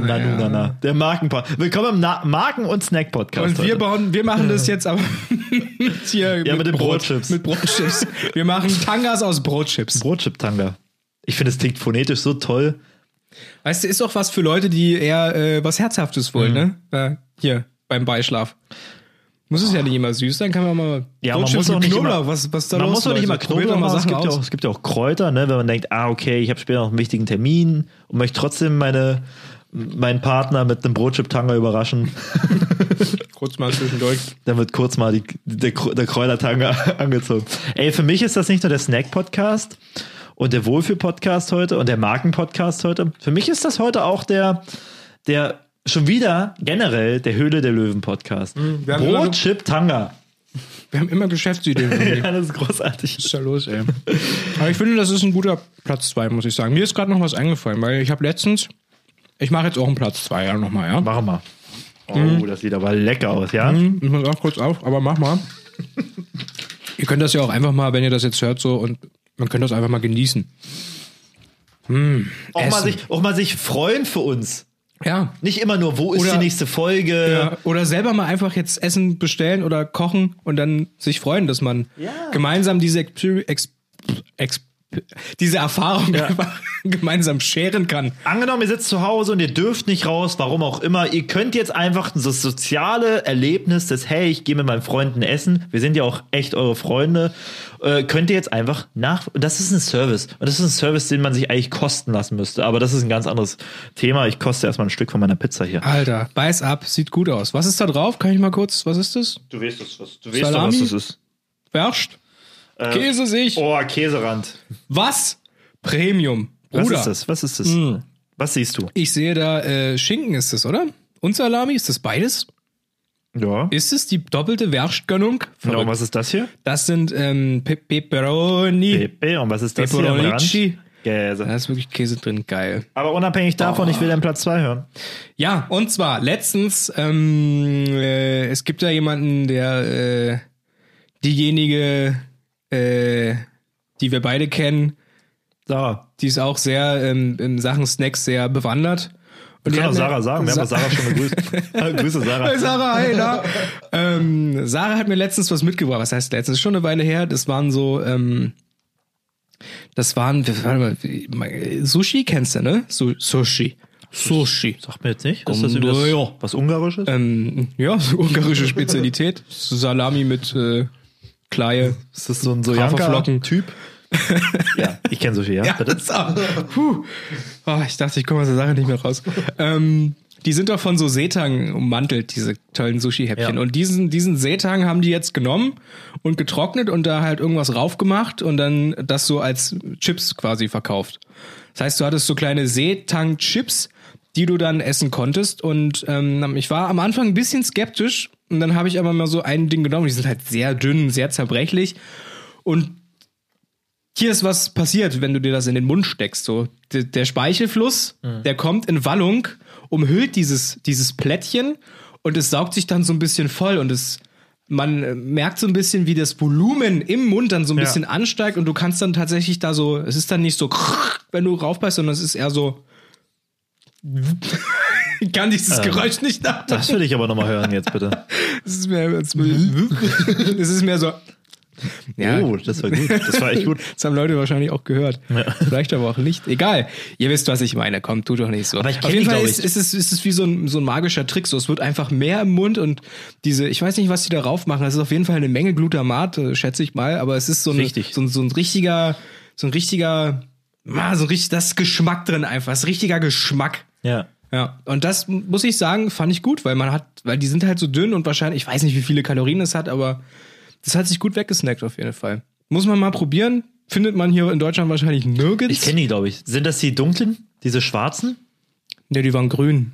bei Nanu
ja.
Nana. Der Markenpod. Willkommen im Na Marken- und Snack-Podcast.
Und wir
heute.
bauen, wir machen das jetzt aber mit, hier
Ja, mit den
Brot-
Brotchips.
Mit Brotchips. Wir machen Tangas aus Brotchips.
Brotchip-Tanga. Ich finde, es klingt phonetisch so toll.
Weißt du, ist doch
Mhm.
was für Leute, die eher äh, was Herzhaftes wollen, ne? Äh, hier, beim Beischlaf. Muss es ja nicht immer süß sein, kann man mal.
Ja, man
Rutsch
muss
mit
auch nicht
Knoblauch,
immer-
was, was ist da
Man
los?
muss doch nicht
Leute?
immer
Probiert
Knoblauch
doch
machen. Es
Sachen
gibt, ja
aus.
auch, es gibt ja auch Kräuter, ne, wenn man denkt, ah, okay, ich habe später noch einen wichtigen Termin und möchte trotzdem meine, meinen Partner mit einem Brotchip-Tanger überraschen.
Kurz mal zwischendurch.
Dann wird kurz mal die, der, Kr- der Kräutertanger angezogen. Ey, für mich ist das nicht nur der Snack-Podcast und der Wohlfühl-Podcast heute und der Marken-Podcast heute. Für mich ist das heute auch der, der schon wieder generell der Höhle der Löwen-Podcast.
Mhm, wir haben immer-
Brot, Chip, Tanger.
Wir haben immer Geschäftsideen. irgendwie.
Ja, das ist großartig.
Was ist da los, ey? Aber ich finde, das ist ein guter Platz 2, muss ich sagen. Mir ist gerade noch was eingefallen, weil ich habe letztens. Ich mache jetzt auch einen Platz 2 ja, nochmal, ja?
Mach mal. Oh, das sieht aber lecker aus, ja?
Hm, Ich muss auch kurz auf, aber mach mal. ihr könnt das ja auch einfach mal, wenn ihr das jetzt hört, so und man könnte das einfach mal genießen.
Auch, mal
Essen.
sich, auch mal sich freuen für uns.
Ja.
Nicht immer nur, wo ist
Oder-
die nächste Folge?
Ja, Oder selber mal einfach jetzt Essen bestellen oder kochen und dann sich freuen, dass man
Ja.
gemeinsam diese, Exper Ex Ex diese Erfahrung einfach gemeinsam scheren kann.
Angenommen, ihr sitzt zu Hause und ihr dürft nicht raus, warum auch immer. Ihr könnt jetzt einfach das soziale Erlebnis des, hey, ich gehe mit meinen Freunden essen, wir sind ja auch echt eure Freunde, äh, könnt ihr jetzt einfach nach. Und das ist ein Service. Und das ist ein Service, den man sich eigentlich kosten lassen müsste. Aber das ist ein ganz anderes Thema. Ich koste erstmal ein Stück von meiner Pizza hier.
Alter, beiß ab, sieht gut aus. Was ist da drauf? Kann ich mal kurz, was ist das?
Du weißt es, was. Du
weißt doch, was das
ist.
Wurst? Käse sich.
Oh, Käserand.
Was? Premium.
Was
Bruder. Hm.
ist das? Was ist das? Was siehst du?
Ich sehe da äh, Schinken ist es, oder? Und Salami, ist das beides?
Ja.
Ist es die doppelte Wurstgönnung?
Und
Verrückt.
was ist das hier?
Das sind ähm, Pe Pepperoni.
Pepe. Und was ist das hier? am Rand?
Pepperonici.
Käse.
Da ist wirklich Käse drin, geil.
Aber unabhängig davon, ich will deinen Platz 2 hören.
Ja, und zwar letztens, ähm, äh, es gibt da jemanden, der äh, diejenige, äh, die wir beide kennen,
Sarah.
die ist auch sehr ähm, in Sachen Snacks sehr bewandert. Und
Ich
die
kann auch
hat mir-
Genau, Sarah sagen. Wir haben auch
Sa- Also-
Sarah schon begrüßt. Grüße, Sarah.
Hey Sarah, hey, na? ähm, Sarah hat mir letztens was mitgebracht. Was heißt letztens? Schon eine Weile her. Das waren so, ähm, das waren, warte mal, wie- Sushi kennst du, ne? Su Sushi. Sushi.
Sagt mir jetzt nicht.
Ist das irgendwie was- Ja.
was Ungarisches?
Ähm, ja, so ungarische Spezialität. Salami mit äh, Kleie.
ist das so ein
Haferflocken.
Typ? ja, ich kenne so viel, ja. Bitte?
Das auch. Puh. Oh, ich dachte, ich komme aus der Sache nicht mehr raus. Ähm, die sind doch von so Seetang ummantelt, diese tollen Sushi-Häppchen.
Ja.
Und diesen, diesen Seetang haben die jetzt genommen und getrocknet und da halt irgendwas raufgemacht und dann das so als Chips quasi verkauft. Das heißt, du hattest so kleine Seetang-Chips, die du dann essen konntest. Und ähm, ich war am Anfang ein bisschen skeptisch und dann habe ich aber mal so ein Ding genommen. Die sind halt sehr dünn, sehr zerbrechlich. Und hier ist was passiert, wenn du dir das in den Mund steckst. So, D der Speichelfluss,
Mhm.
der kommt in Wallung, umhüllt dieses, dieses Plättchen und es saugt sich dann so ein bisschen voll und es. Man äh, merkt so ein bisschen, wie das Volumen im Mund dann so ein
Ja.
bisschen ansteigt und du kannst dann tatsächlich da so, es ist dann nicht so, wenn du raufbeißt, sondern es ist eher so. Ich kann dieses Geräusch nicht nachmachen.
Ähm, Das will ich aber nochmal hören jetzt, bitte.
Es ist mehr, es ist mehr so. Ja,
Mhm. Oh, das war gut. Das war echt gut.
das haben Leute wahrscheinlich auch gehört. Vielleicht aber auch nicht. Egal. Ihr wisst, was ich meine. Komm, tu doch nicht so.
Aber ich kenn
Auf jeden
die,
Fall
glaub
ist,
ich.
ist, es, ist es wie so ein, so ein magischer Trick. So, es wird einfach mehr im Mund und diese, ich weiß nicht, was die da rauf machen. Das ist auf jeden Fall eine Menge Glutamat, äh, schätze ich mal. Aber es ist so, eine,
Richtig.
so, ein, so ein richtiger, so ein richtiger, ah, so ein richtig, das ist Geschmack drin einfach. Das ist richtiger Geschmack.
Ja.
Ja, und das muss ich sagen, fand ich gut, weil man hat, weil die sind halt so dünn und wahrscheinlich, ich weiß nicht, wie viele Kalorien es hat, aber das hat sich gut weggesnackt auf jeden Fall. Muss man mal probieren. Findet man hier in Deutschland wahrscheinlich nirgends.
Ich kenne die, glaube ich. Sind das die dunklen? Diese schwarzen?
ne, die waren grün.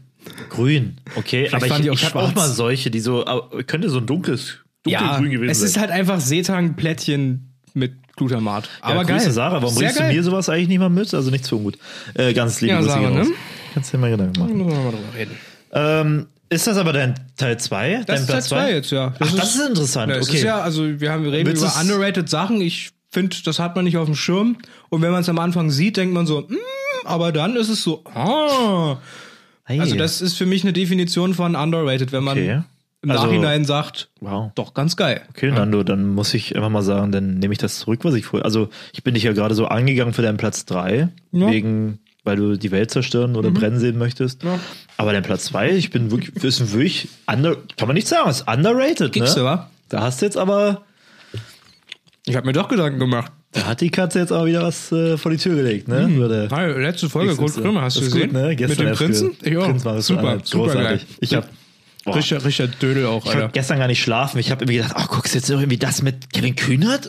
Grün. Okay, aber
waren
ich,
die auch
ich habe auch
schwarz.
mal solche, die so, aber könnte so ein dunkles, dunkelgrün gewesen
es
sein.
ist halt einfach Seetang-Plättchen mit Glutamat.
Ja,
halt Aber geil.
Grüße Sarah, warum
Sehr
bringst
geil.
du mir sowas eigentlich nicht mal mit? Also nicht zu ungut. Äh, ganz liebe
Ja,
Grüße
Sarah,
gehen raus.
ne?
Kannst dir mal Gedanken machen.
Müssen wir mal drüber reden.
Ähm, ist das aber dein Teil 2?
Das
dein
ist Teil
Platz
2
zwei?
jetzt, ja.
Ach, das ist interessant.
Ne, es
okay.
ist ja, also wir, haben, wir reden
Willst
über
du's-
underrated Sachen. Ich finde, das hat man nicht auf dem Schirm. Und wenn man es am Anfang sieht, denkt man so, mm, aber dann ist es so, ah.
Hey.
Also das ist für mich eine Definition von underrated, wenn man
Okay.
im
Also-
Nachhinein sagt,
Wow.
doch ganz geil.
Okay, Nando, dann muss ich einfach mal sagen, dann nehme ich das zurück, was ich vorher. Also, ich bin dich ja gerade so angegangen für deinen Platz 3.
Ja. Mhm.
Wegen weil du die Welt zerstören oder brennen sehen möchtest. Aber dein Platz zwei, ich bin wirklich, das ist wirklich, under, kann man nicht sagen, ist underrated.
Gibst
ne?
du, wa?
Da hast du jetzt aber,
Ich habe mir doch Gedanken gemacht.
da hat die Katze jetzt auch wieder was äh, vor die Tür gelegt, ne? Würde-
Hi, letzte Folge,
Nächstes
Gold Krümmer,
Jahr.
Mhm. hast du
Das ist gut,
gesehen?
ne?
Mit
Gestern
dem
erst
Prinzen?
gehört. Prinz war das
super,
einer.
super
Großartig.
geil.
Ich hab, boah, ich
Richard, Richard Dödel auch, Alter.
hab gestern gar nicht schlafen. Ich habe irgendwie gedacht, ach, guckst du jetzt irgendwie das mit Kevin Kühnert?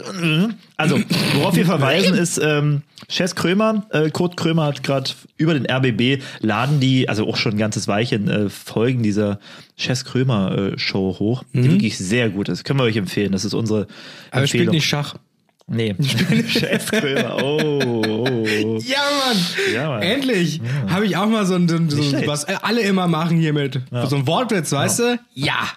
Also, worauf wir verweisen ist, ähm, Chess Krömer, äh, Kurt Krömer hat gerade über den RBB laden die, also auch schon ein ganzes Weilchen, äh, Folgen dieser Chess Krömer äh, Show hoch, die wirklich sehr gut ist. Können wir euch empfehlen. Das ist unsere
Mhm. Aber er spielt
Empfehlung.
nicht Schach.
Nee. Chess Krömer. Oh, oh, oh.
Ja, Mann!
Ja, Mann.
Endlich! Habe ich auch mal so ein, so ein so,
schlecht.
was alle immer machen hiermit. So ein Wortwitz, weißt du? Ja!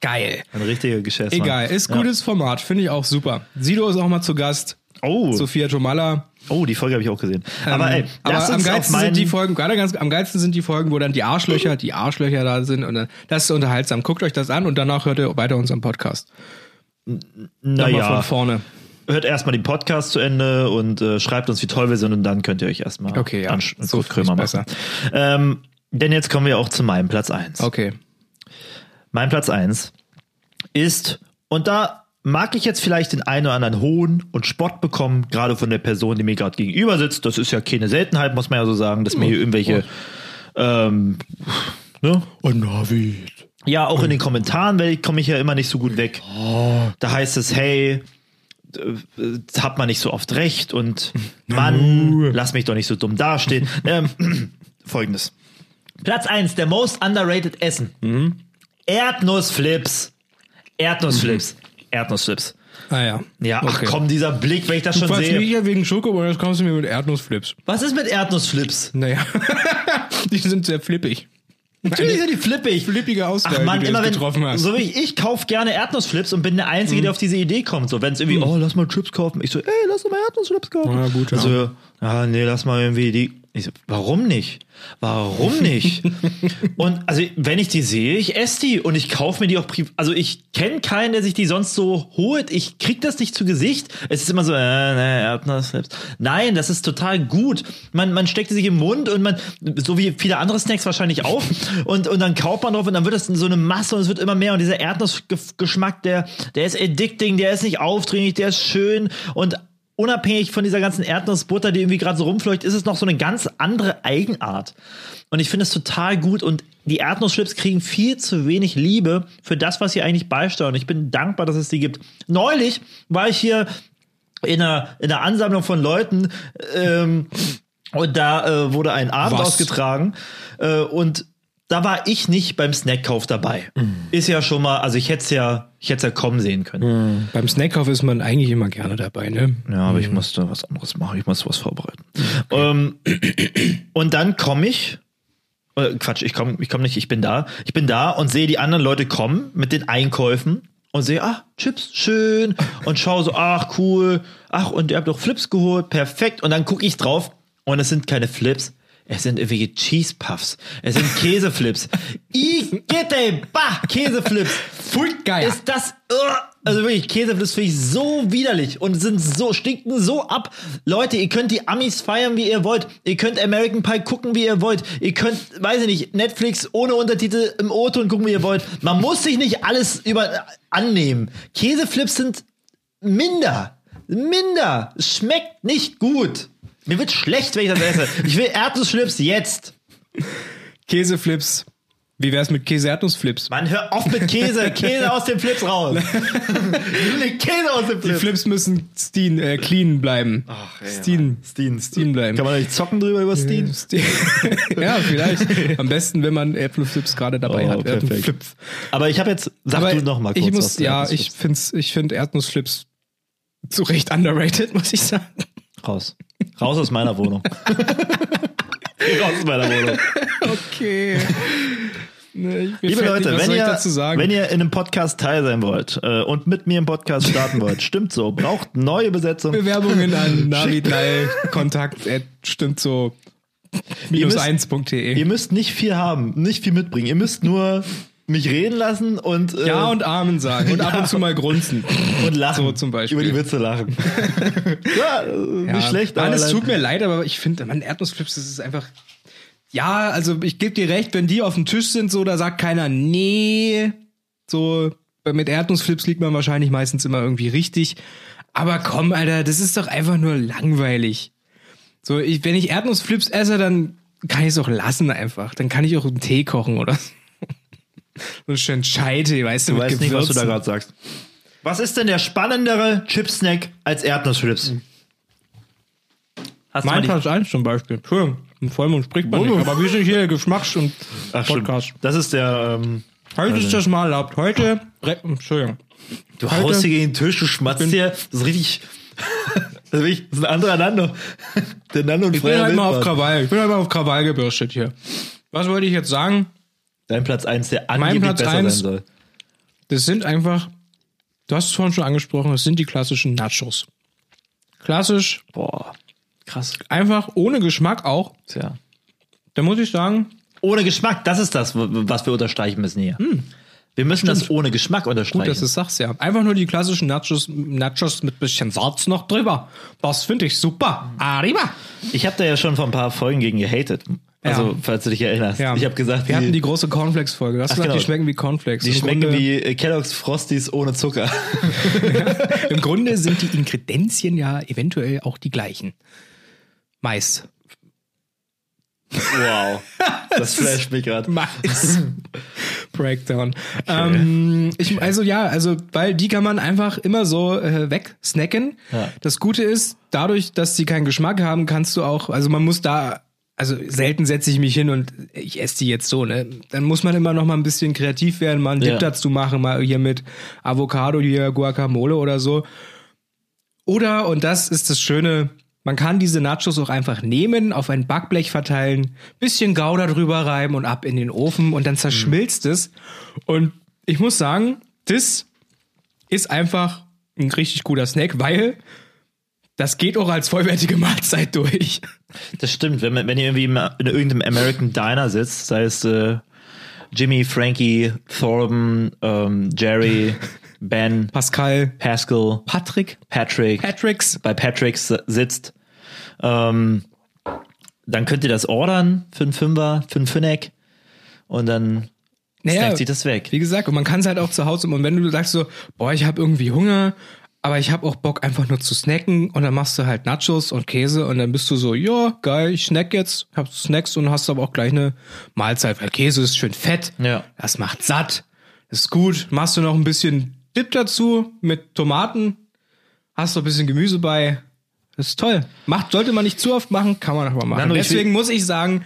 Geil!
Ein richtiger Geschäftsmann.
Egal, ist gutes Format, finde ich auch super. Sido ist auch mal zu Gast.
Oh.
Sophia Tomalla.
Oh, die Folge habe ich auch gesehen. aber ey,
Ähm,
lass
aber am
uns auf
geilsten
meinen,
sind die Folgen, gerade ganz, am geilsten sind die Folgen, wo dann die Arschlöcher, die Arschlöcher da sind und dann, das ist unterhaltsam. Guckt euch das an und danach hört ihr weiter unseren Podcast. Nochmal
naja,
von vorne.
hört erstmal den Podcast zu Ende und äh, schreibt uns, wie toll wir sind und dann könnt ihr euch erstmal
Okay, ja.
ansch-
So finde
Kurt
ich
Krömer
besser.
machen. Ähm, denn jetzt kommen wir auch zu meinem Platz eins.
Okay.
Mein Platz eins ist, und da mag ich jetzt vielleicht den einen oder anderen Hohn und Spott bekommen, gerade von der Person, die mir gerade gegenüber sitzt. Das ist ja keine Seltenheit, muss man ja so sagen, dass
Hm.
mir hier irgendwelche ähm, ne,
Und Navid.
Ja, auch in
Hm.
den Kommentaren weil ich- komme ich ja immer nicht so gut weg.
Oh.
Da heißt es, hey, äh, äh, hat man nicht so oft recht und Mann, lass mich doch nicht so dumm dastehen. ähm, Folgendes. Platz 1, der most underrated Essen.
Mhm.
Erdnussflips. Erdnussflips.
Mhm.
Erdnussflips.
Ah ja.
Ja, ach komm, dieser Blick, wenn ich das
Du
schon
fragst
sehe.
mich ja wegen Schoko und jetzt kommst du mir mit Erdnussflips.
Was ist mit Erdnussflips?
Naja. die sind sehr flippig.
Natürlich sind die flippig.
Flippige Ausgabe,
Ach man,
die du
immer
jetzt
wenn,
getroffen hast. Mhm.
so wie ich, ich kaufe gerne Erdnussflips und bin der Einzige, der auf diese Idee kommt. So, wenn es irgendwie, oh, lass mal Chips kaufen. Ich so, ey, lass doch mal Erdnussflips kaufen.
Ja, Mhm. gut, ja.
Also, ah, nee, lass mal irgendwie die. Ich so, warum nicht? Warum nicht? und also, wenn ich die sehe, ich esse die und ich kaufe mir die auch privat. Also, ich kenne keinen, der sich die sonst so holt. Ich krieg das nicht zu Gesicht. Es ist immer so, äh, ne, Erdnussflips. Nein, das ist total gut. Man, man steckt die sich im Mund und man, so wie viele andere Snacks wahrscheinlich auch. Und, und dann kaut man drauf und dann wird das in so eine Masse und es wird immer mehr. Und dieser Erdnussgeschmack, der, der ist addicting, der ist nicht aufdringlich, der ist schön und unabhängig von dieser ganzen Erdnussbutter, die irgendwie gerade so rumfleucht, ist es noch so eine ganz andere Eigenart. Und ich finde es total gut und die Erdnusschips kriegen viel zu wenig Liebe für das, was sie eigentlich beisteuern. Ich bin dankbar, dass es die gibt. Neulich war ich hier in einer, in einer Ansammlung von Leuten ähm, und da äh, wurde ein Abend
Was?
ausgetragen äh, und da war ich nicht beim Snackkauf dabei. Ist ja schon mal, also ich hätte es ja, ich hätte es ja kommen sehen können.
Hm. Beim Snackkauf ist man eigentlich immer gerne dabei, ne?
Ja, aber ich musste was anderes machen. Ich musste was vorbereiten. Ähm, und dann komme ich. Äh, Quatsch, ich komme ich komm nicht. Ich bin da. Ich bin da und sehe die anderen Leute kommen mit den Einkäufen und sehe, ach, Chips, schön. Und schaue so, ach, cool. Ach, und ihr habt doch Flips geholt. Perfekt. Und dann gucke ich drauf und es sind keine Flips. Es sind irgendwelche Cheese Puffs. Es sind Käseflips. Igitte, bah, Käseflips.
Pfui, geil.
Ist das. Ugh. Also wirklich, Käseflips finde ich so widerlich und sind so, stinken so ab. Leute, ihr könnt die Amis feiern, wie ihr wollt. Ihr könnt American Pie gucken, wie ihr wollt. Ihr könnt, weiß ich nicht, Netflix ohne Untertitel im O-Ton gucken, wie ihr wollt. Man muss sich nicht alles über äh, annehmen. Käseflips sind minder. Minder. Schmeckt nicht gut. Mir wird schlecht, wenn ich das esse. Ich will Erdnussschlips jetzt.
Käseflips. Wie wär's mit Käse-Erdnussflips?
Mann, hör auf mit Käse. Käse aus dem Flips raus. Ich will den Käse aus dem
Die
Flips.
Flips müssen steen, äh, clean bleiben. Ach, steen.
Steen,
Steen bleiben.
Kann man nicht zocken drüber über Steen?
Steen. ja, vielleicht. Am besten, wenn man Erdnussflips gerade dabei
Oh,
hat.
perfekt.
Erdnussflips.
Aber ich habe jetzt, sag
Aber
du noch mal kurz
ich
was
muss,
zu
Ja,
Erdnussflips.
ich find's, ich finde Erdnussflips zu Recht underrated, muss ich sagen.
raus. Raus aus meiner Wohnung. raus aus meiner Wohnung.
Okay. Nee, ich- mir
Liebe
fällt
Leute,
nicht, was
wenn
soll
ihr,
ich dazu sagen?
wenn ihr in einem Podcast teil sein wollt äh, und mit mir im Podcast starten wollt, stimmt so, braucht neue Besetzung.
Bewerbungen an Navidal Kontakt at stimmt so
Ihr
minus
müsst-
1.de. E.
Ihr müsst nicht viel haben, nicht viel mitbringen. Ihr müsst nur mich reden lassen und, äh,
Ja und Amen sagen und ab und zu mal grunzen.
und lachen.
So zum Beispiel.
Über die Witze lachen. ja, äh, nicht
Ja.
schlecht.
Mann,
aber
es
leid-
tut mir leid, aber ich finde, man, Erdnussflips, das ist einfach. Ja, also ich gebe dir recht, wenn die auf dem Tisch sind, so, da sagt keiner, nee. So, mit Erdnussflips liegt man wahrscheinlich meistens immer irgendwie richtig. Aber komm, Alter, das ist doch einfach nur langweilig. So, ich, wenn ich Erdnussflips esse, dann kann ich es auch lassen einfach. Dann kann ich auch einen Tee kochen oder so. So einen schönen Scheite, weißt du,
Du
mit
weißt nicht, was du da
Gewürzen.
gerade sagst. Was ist denn der spannendere Chipsnack als Erdnussflips? Hast
Mein
du mal
Platz 1 zum Beispiel. Entschuldigung, im Vollmond spricht man
Vollmond.
nicht. Aber wir sind hier Geschmacks- und
die, Oh. ach,
Podcast.
Podcast. Das ist der. Ähm,
Heute ist das mal erlaubt. Heute. Re Entschuldigung.
du
Alter.
haust hier gegen den Tisch, du schmatzt
bin-
hier. Das ist richtig. das ist wirklich- das ist ein anderer Nando. Der Nando und
Ich bin
Freier
halt mal auf
Wildbad.
Krawall. Ich bin halt mal auf Krawall gebürstet hier. Was wollte ich jetzt sagen?
Dein Platz 1, der angeblich
Platz
besser
eins.
sein soll.
Das sind einfach, du hast es vorhin schon angesprochen, das sind die klassischen Nachos. Klassisch,
Boah, krass.
einfach ohne Geschmack auch.
Tja.
Da muss ich sagen,
Ohne Geschmack, das ist das, w- was wir unterstreichen müssen hier. Wir müssen das ohne Geschmack unterstreichen.
gut, dass du es sagst, ja. Einfach nur die klassischen Nachos, Nachos mit bisschen Salz noch drüber. Das finde ich super. Arriba.
Ich habe da ja schon vor ein paar Folgen gegen gehatet. Also, falls du dich erinnerst. Ich habe gesagt,
wir hatten die
die,
große Cornflakes-Folge. Du hast
Ach,
gesagt,
genau.
die schmecken wie Cornflakes.
die
Im
schmecken
Grunde-
wie äh, Kellogg's Frosties ohne Zucker.
Im Grunde sind die Ingredienzien ja eventuell auch die gleichen. Meist.
Wow. Das flasht mich gerade.
Mais. Breakdown. Ähm, ich, also ja, also weil die kann man einfach immer so äh, wegsnacken.
Ja.
Das Gute ist, dadurch, dass sie keinen Geschmack haben, kannst du auch, also man muss da, also selten setze ich mich hin und ich esse die jetzt so, ne? Dann muss man immer noch mal ein bisschen kreativ werden, mal einen Dip
Ja.
dazu machen, mal hier mit Avocado, hier Guacamole oder so. Oder, und das ist das Schöne, man kann diese Nachos auch einfach nehmen, auf ein Backblech verteilen, bisschen Gouda drüber reiben und ab in den Ofen und dann zerschmilzt es. Und ich muss sagen, das ist einfach ein richtig guter Snack, weil das geht auch als vollwertige Mahlzeit durch.
Das stimmt. Wenn, man- wenn ihr irgendwie im- in irgendeinem American Diner sitzt, sei es äh, Jimmy, Frankie, Thorben, ähm, Jerry, Ben,
Pascal,
Pascal,
Patrick,
Patrick,
Patricks,
bei Patrick s- sitzt, ähm, dann könnt ihr das ordern für einen Fünfer, für einen Fünneck und dann
Naja,
snackt sich das weg.
Wie gesagt, und man kann es halt auch zu Hause und wenn du sagst so, boah, ich habe irgendwie Hunger, aber ich habe auch Bock einfach nur zu snacken und dann machst du halt Nachos und Käse und dann bist du so, ja, geil, ich snack jetzt, hab Snacks und hast aber auch gleich eine Mahlzeit, weil Käse ist schön fett.
Ja.
Das macht satt. Ist gut. Machst du noch ein bisschen Dip dazu mit Tomaten, hast du ein bisschen Gemüse bei. Ist toll. Macht sollte man nicht zu oft machen, kann man aber machen.
Nando, ich will-
Deswegen muss ich sagen,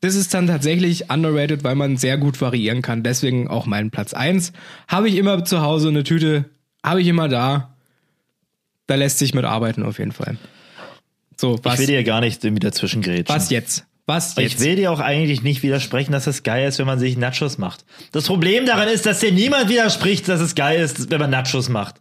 das ist dann tatsächlich underrated, weil man sehr gut variieren kann. Deswegen auch mein Platz 1. Habe ich immer zu Hause eine Tüte, habe ich immer da. Da lässt sich mit arbeiten auf jeden Fall. So,
Ich
was,
will dir gar nicht irgendwie dazwischen grätschen.
was jetzt? Was
Ich
jetzt?
will dir auch eigentlich nicht widersprechen, dass es geil ist, wenn man sich Nachos macht. Das Problem daran ist, dass dir niemand widerspricht, dass es geil ist, wenn man Nachos macht.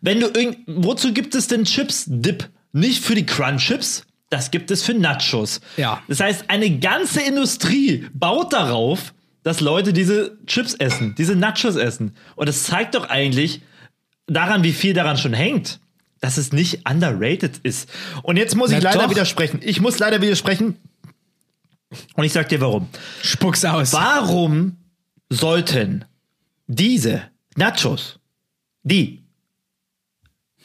Wenn du irgend, wozu gibt es denn Chips Dip? Nicht für die Crunch Chips, das gibt es für Nachos.
Ja.
Das heißt, eine ganze Industrie baut darauf, dass Leute diese Chips essen, diese Nachos essen. Und das zeigt doch eigentlich daran, wie viel daran schon hängt. Dass es nicht underrated ist. Und jetzt muss ich
Na
leider
doch.
widersprechen. Ich muss leider widersprechen. Und ich sag dir warum.
Spuck's aus.
Warum sollten diese Nachos, die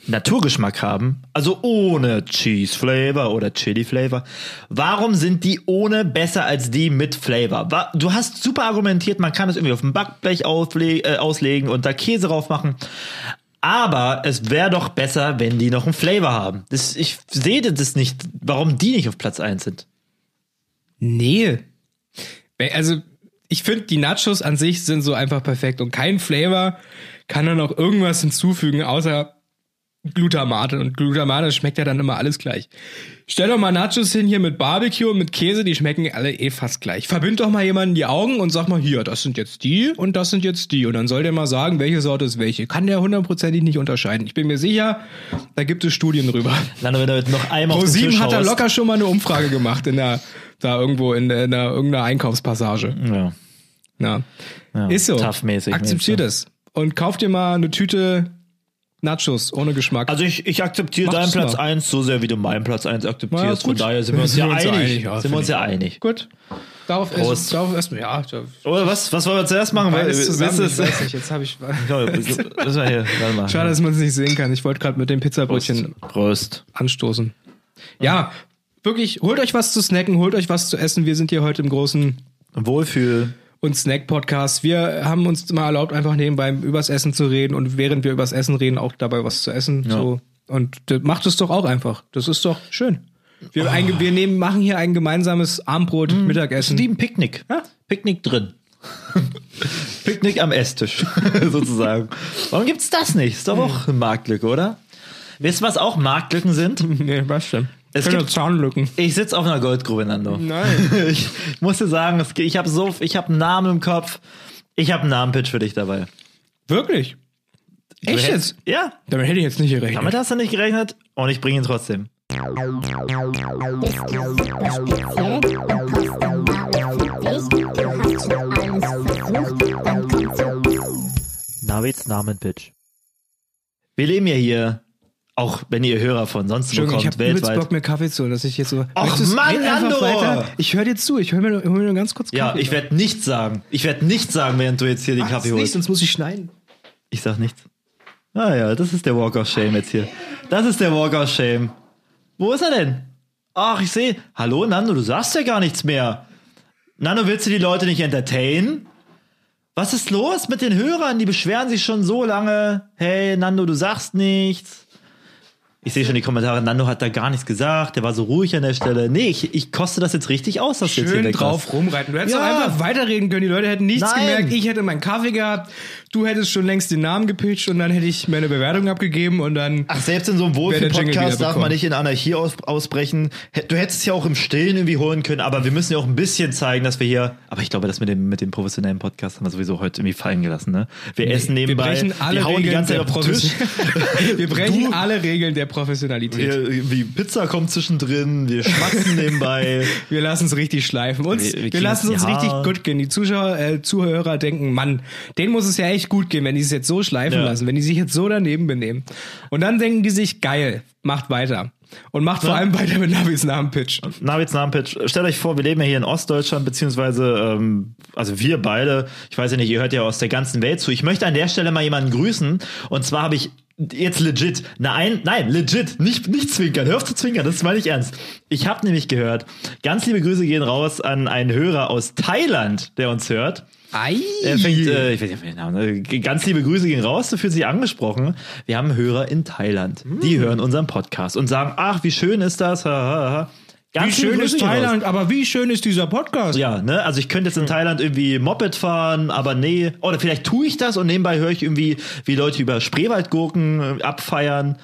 Naturgeschmack haben, also ohne Cheese Flavor oder Chili Flavor, warum sind die ohne besser als die mit Flavor? Wa- Du hast super argumentiert, man kann es irgendwie auf dem Backblech aufle- äh, auslegen und da Käse drauf machen. Aber es wäre doch besser, wenn die noch einen Flavor haben. Das, ich sehe das nicht, warum die nicht auf Platz 1 sind.
Nee. Wenn- Also, ich finde, die Nachos an sich sind so einfach perfekt und kein Flavor kann dann auch irgendwas hinzufügen, außer Glutamate. Und Glutamate schmeckt ja dann immer alles gleich. Stell doch mal Nachos hin hier mit Barbecue und mit Käse, die schmecken alle eh fast gleich. Verbind doch mal jemanden die Augen und sag mal, hier, das sind jetzt die und das sind jetzt die. Und dann soll der mal sagen, welche Sorte ist welche. Kann der hundertprozentig nicht unterscheiden. Ich bin mir sicher, da gibt es Studien drüber.
Lando, wenn du jetzt noch einmal auf den
ProSieben
Tisch
hat da
haust-
locker schon mal eine Umfrage gemacht in der, da irgendwo in, der- in der, irgendeiner Einkaufspassage.
Ja.
Ja.
Ja,
Ist so.
tough-mäßig,
Akzeptiert es. Und kauft dir mal eine Tüte Nachos ohne Geschmack.
Also ich, ich akzeptiere
Mach
deinen
das
Platz
mal.
1 so sehr, wie du meinen Platz 1
Na ja,
akzeptierst. Von
gut.
daher sind wir uns ja einig.
ja,
sind wir uns
finde
ja einig.
gut. Darauf
Prost.
erst, darauf erstmal, ja. Da,
Oder was, was wollen wir zuerst machen?
beides zusammen,
willst du
ich
das-
weiß nicht, jetzt habe ich.
Komm, lass mal hier, warte mal.
Schade, dass man es nicht sehen kann. Ich wollte gerade mit dem Pizzabrötchen
Prost.
anstoßen. Ja, wirklich, holt euch was zu snacken, holt euch was zu essen. Wir sind hier heute im großen
Wohlfühl.
und Snack-Podcast. Wir haben uns mal erlaubt, einfach nebenbei übers Essen zu reden und während wir übers Essen reden, auch dabei was zu essen. So. Und das macht es doch auch einfach. Das ist doch schön. Wir,
Ah.
ein, wir nehmen, machen hier ein gemeinsames Armbrot,
Mhm.
Mittagessen.
Wie ein Picknick.
Ja.
Picknick drin. Picknick am Esstisch, sozusagen. Warum gibt's das nicht? Ist doch auch eine Marktlücke, oder? Wisst ihr, was auch Marktlücken sind?
Nee, was denn?
Es
Es gibt
gibt-
Zahnlücken.
Ich sitze auf einer Goldgrube, Nando.
Nein.
Ich, ich muss dir sagen, es geht- ich habe so, ich habe einen Namen im Kopf. Ich habe einen Namen-Pitch für dich dabei.
Wirklich?
Du
Echt
hättest-
jetzt?
Ja.
Damit hätte ich jetzt nicht gerechnet.
Damit hast du nicht gerechnet und ich bringe ihn trotzdem. Navids Namen-Pitch. Wir leben ja hier, auch wenn ihr Hörer von sonst wo
Entschuldigung, ich
kommt,
habe übelst
weltweit.
Bock, mir Kaffee zu, holen, dass ich jetzt so.
Och,
Möchtest-
Mann,
red einfach
Nando!
weiter. Ich höre dir zu, ich höre mir, hol mir nur ganz kurz
Ja,
Kaffee.
ich werde nichts sagen. Ich werde nichts sagen, während du jetzt hier den
Mach's
Kaffee
nicht,
holst.
Sonst muss ich schneiden.
Ich sag nichts. Ah ja, das ist der Walk of Shame jetzt hier. Das ist der Walk of Shame. Wo ist er denn? Ach, ich sehe. Hallo, Nando, du sagst ja gar nichts mehr. Nando, willst du die Leute nicht entertainen? Was ist los mit den Hörern? Die beschweren sich schon so lange. Hey, Nando, du sagst nichts. Ich sehe schon die Kommentare. Nando hat da gar nichts gesagt. Der war so ruhig an der Stelle. Nee, ich, ich koste das jetzt richtig aus, dass du jetzt hier
Schön
weg warst.
drauf rumreiten. Du hättest
Ja.
auch einfach weiterreden können. Die Leute hätten nichts
Nein.
gemerkt. Ich hätte meinen Kaffee gehabt. Du hättest schon längst den Namen gepitcht und dann hätte ich meine Bewertung abgegeben und dann.
Ach, selbst in so einem
Wer den Jingle
Wohlfühl-Podcast darf
wiederbekommt.
man nicht in Anarchie aus, ausbrechen. Hä- Du hättest es ja auch im Stillen irgendwie holen können, aber wir müssen ja auch ein bisschen zeigen, dass wir hier. Aber ich glaube, das mit dem, mit dem professionellen Podcast haben wir sowieso heute irgendwie fallen gelassen, ne? Wir essen
wir
nebenbei.
brechen alle
wir hauen
Regeln
die ganze Zeit
der
auf den Tisch.
Professionalität. Wir brechen
Du-
alle Regeln der Professionalität.
Wir, irgendwie Pizza kommt zwischendrin, wir schmatzen nebenbei.
Wir lassen es richtig schleifen. Uns,
Wir- wir
wir
kriegen
lassen
uns
uns
die
richtig
Haare.
gut gehen. Die Zuschauer, äh, Zuhörer denken, Mann, denen muss es ja echt gut gehen, wenn die es jetzt so schleifen
Ja.
lassen, wenn die sich jetzt so daneben benehmen. Und dann denken die sich, geil, macht weiter. Und macht vor allem weiter mit Navis Namen-Pitch.
Navids Namenpitch. Stellt euch vor, wir leben ja hier in Ostdeutschland, beziehungsweise, ähm, also wir beide, ich weiß ja nicht, ihr hört ja aus der ganzen Welt zu. Ich möchte an der Stelle mal jemanden grüßen. Und zwar habe ich jetzt legit, nein, nein, legit, nicht, nicht zwinkern, hör auf zu zwinkern, das meine ich ernst. Ich habe nämlich gehört, ganz liebe Grüße gehen raus an einen Hörer aus Thailand, der uns hört.
Ei.
Er fängt, äh, ich weiß nicht, ob wir den Namen, äh, ganz liebe Grüße gehen raus, du fühlst dich angesprochen. Wir haben Hörer in Thailand, die
Hm.
hören unseren Podcast und sagen, ach, wie schön ist das, ha, ha, ha.
Wie
Ganz liebe
schön
Grüße
ist
gehen raus.
Thailand, Hm. aber wie schön ist dieser Podcast?
Ja, ne, also ich könnte jetzt in Thailand irgendwie Moped fahren, aber nee, oder vielleicht tue ich das und nebenbei höre ich irgendwie, wie Leute über Spreewaldgurken äh, abfeiern.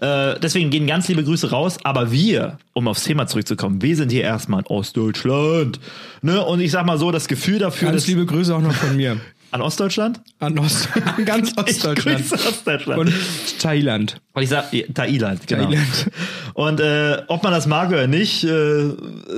Äh, deswegen gehen ganz liebe Grüße raus, aber wir, um aufs Thema zurückzukommen, wir sind hier erstmal in Ostdeutschland. Ne? Und ich sag mal so, das Gefühl dafür,
Ganz
dass,
liebe Grüße auch noch von mir.
an Ostdeutschland?
An, Ost an ganz Ostdeutschland.
Grüße Ostdeutschland.
Und Thailand.
Und ich sag, ja, Thailand, genau.
Thailand.
Und äh, ob man das mag oder nicht, äh,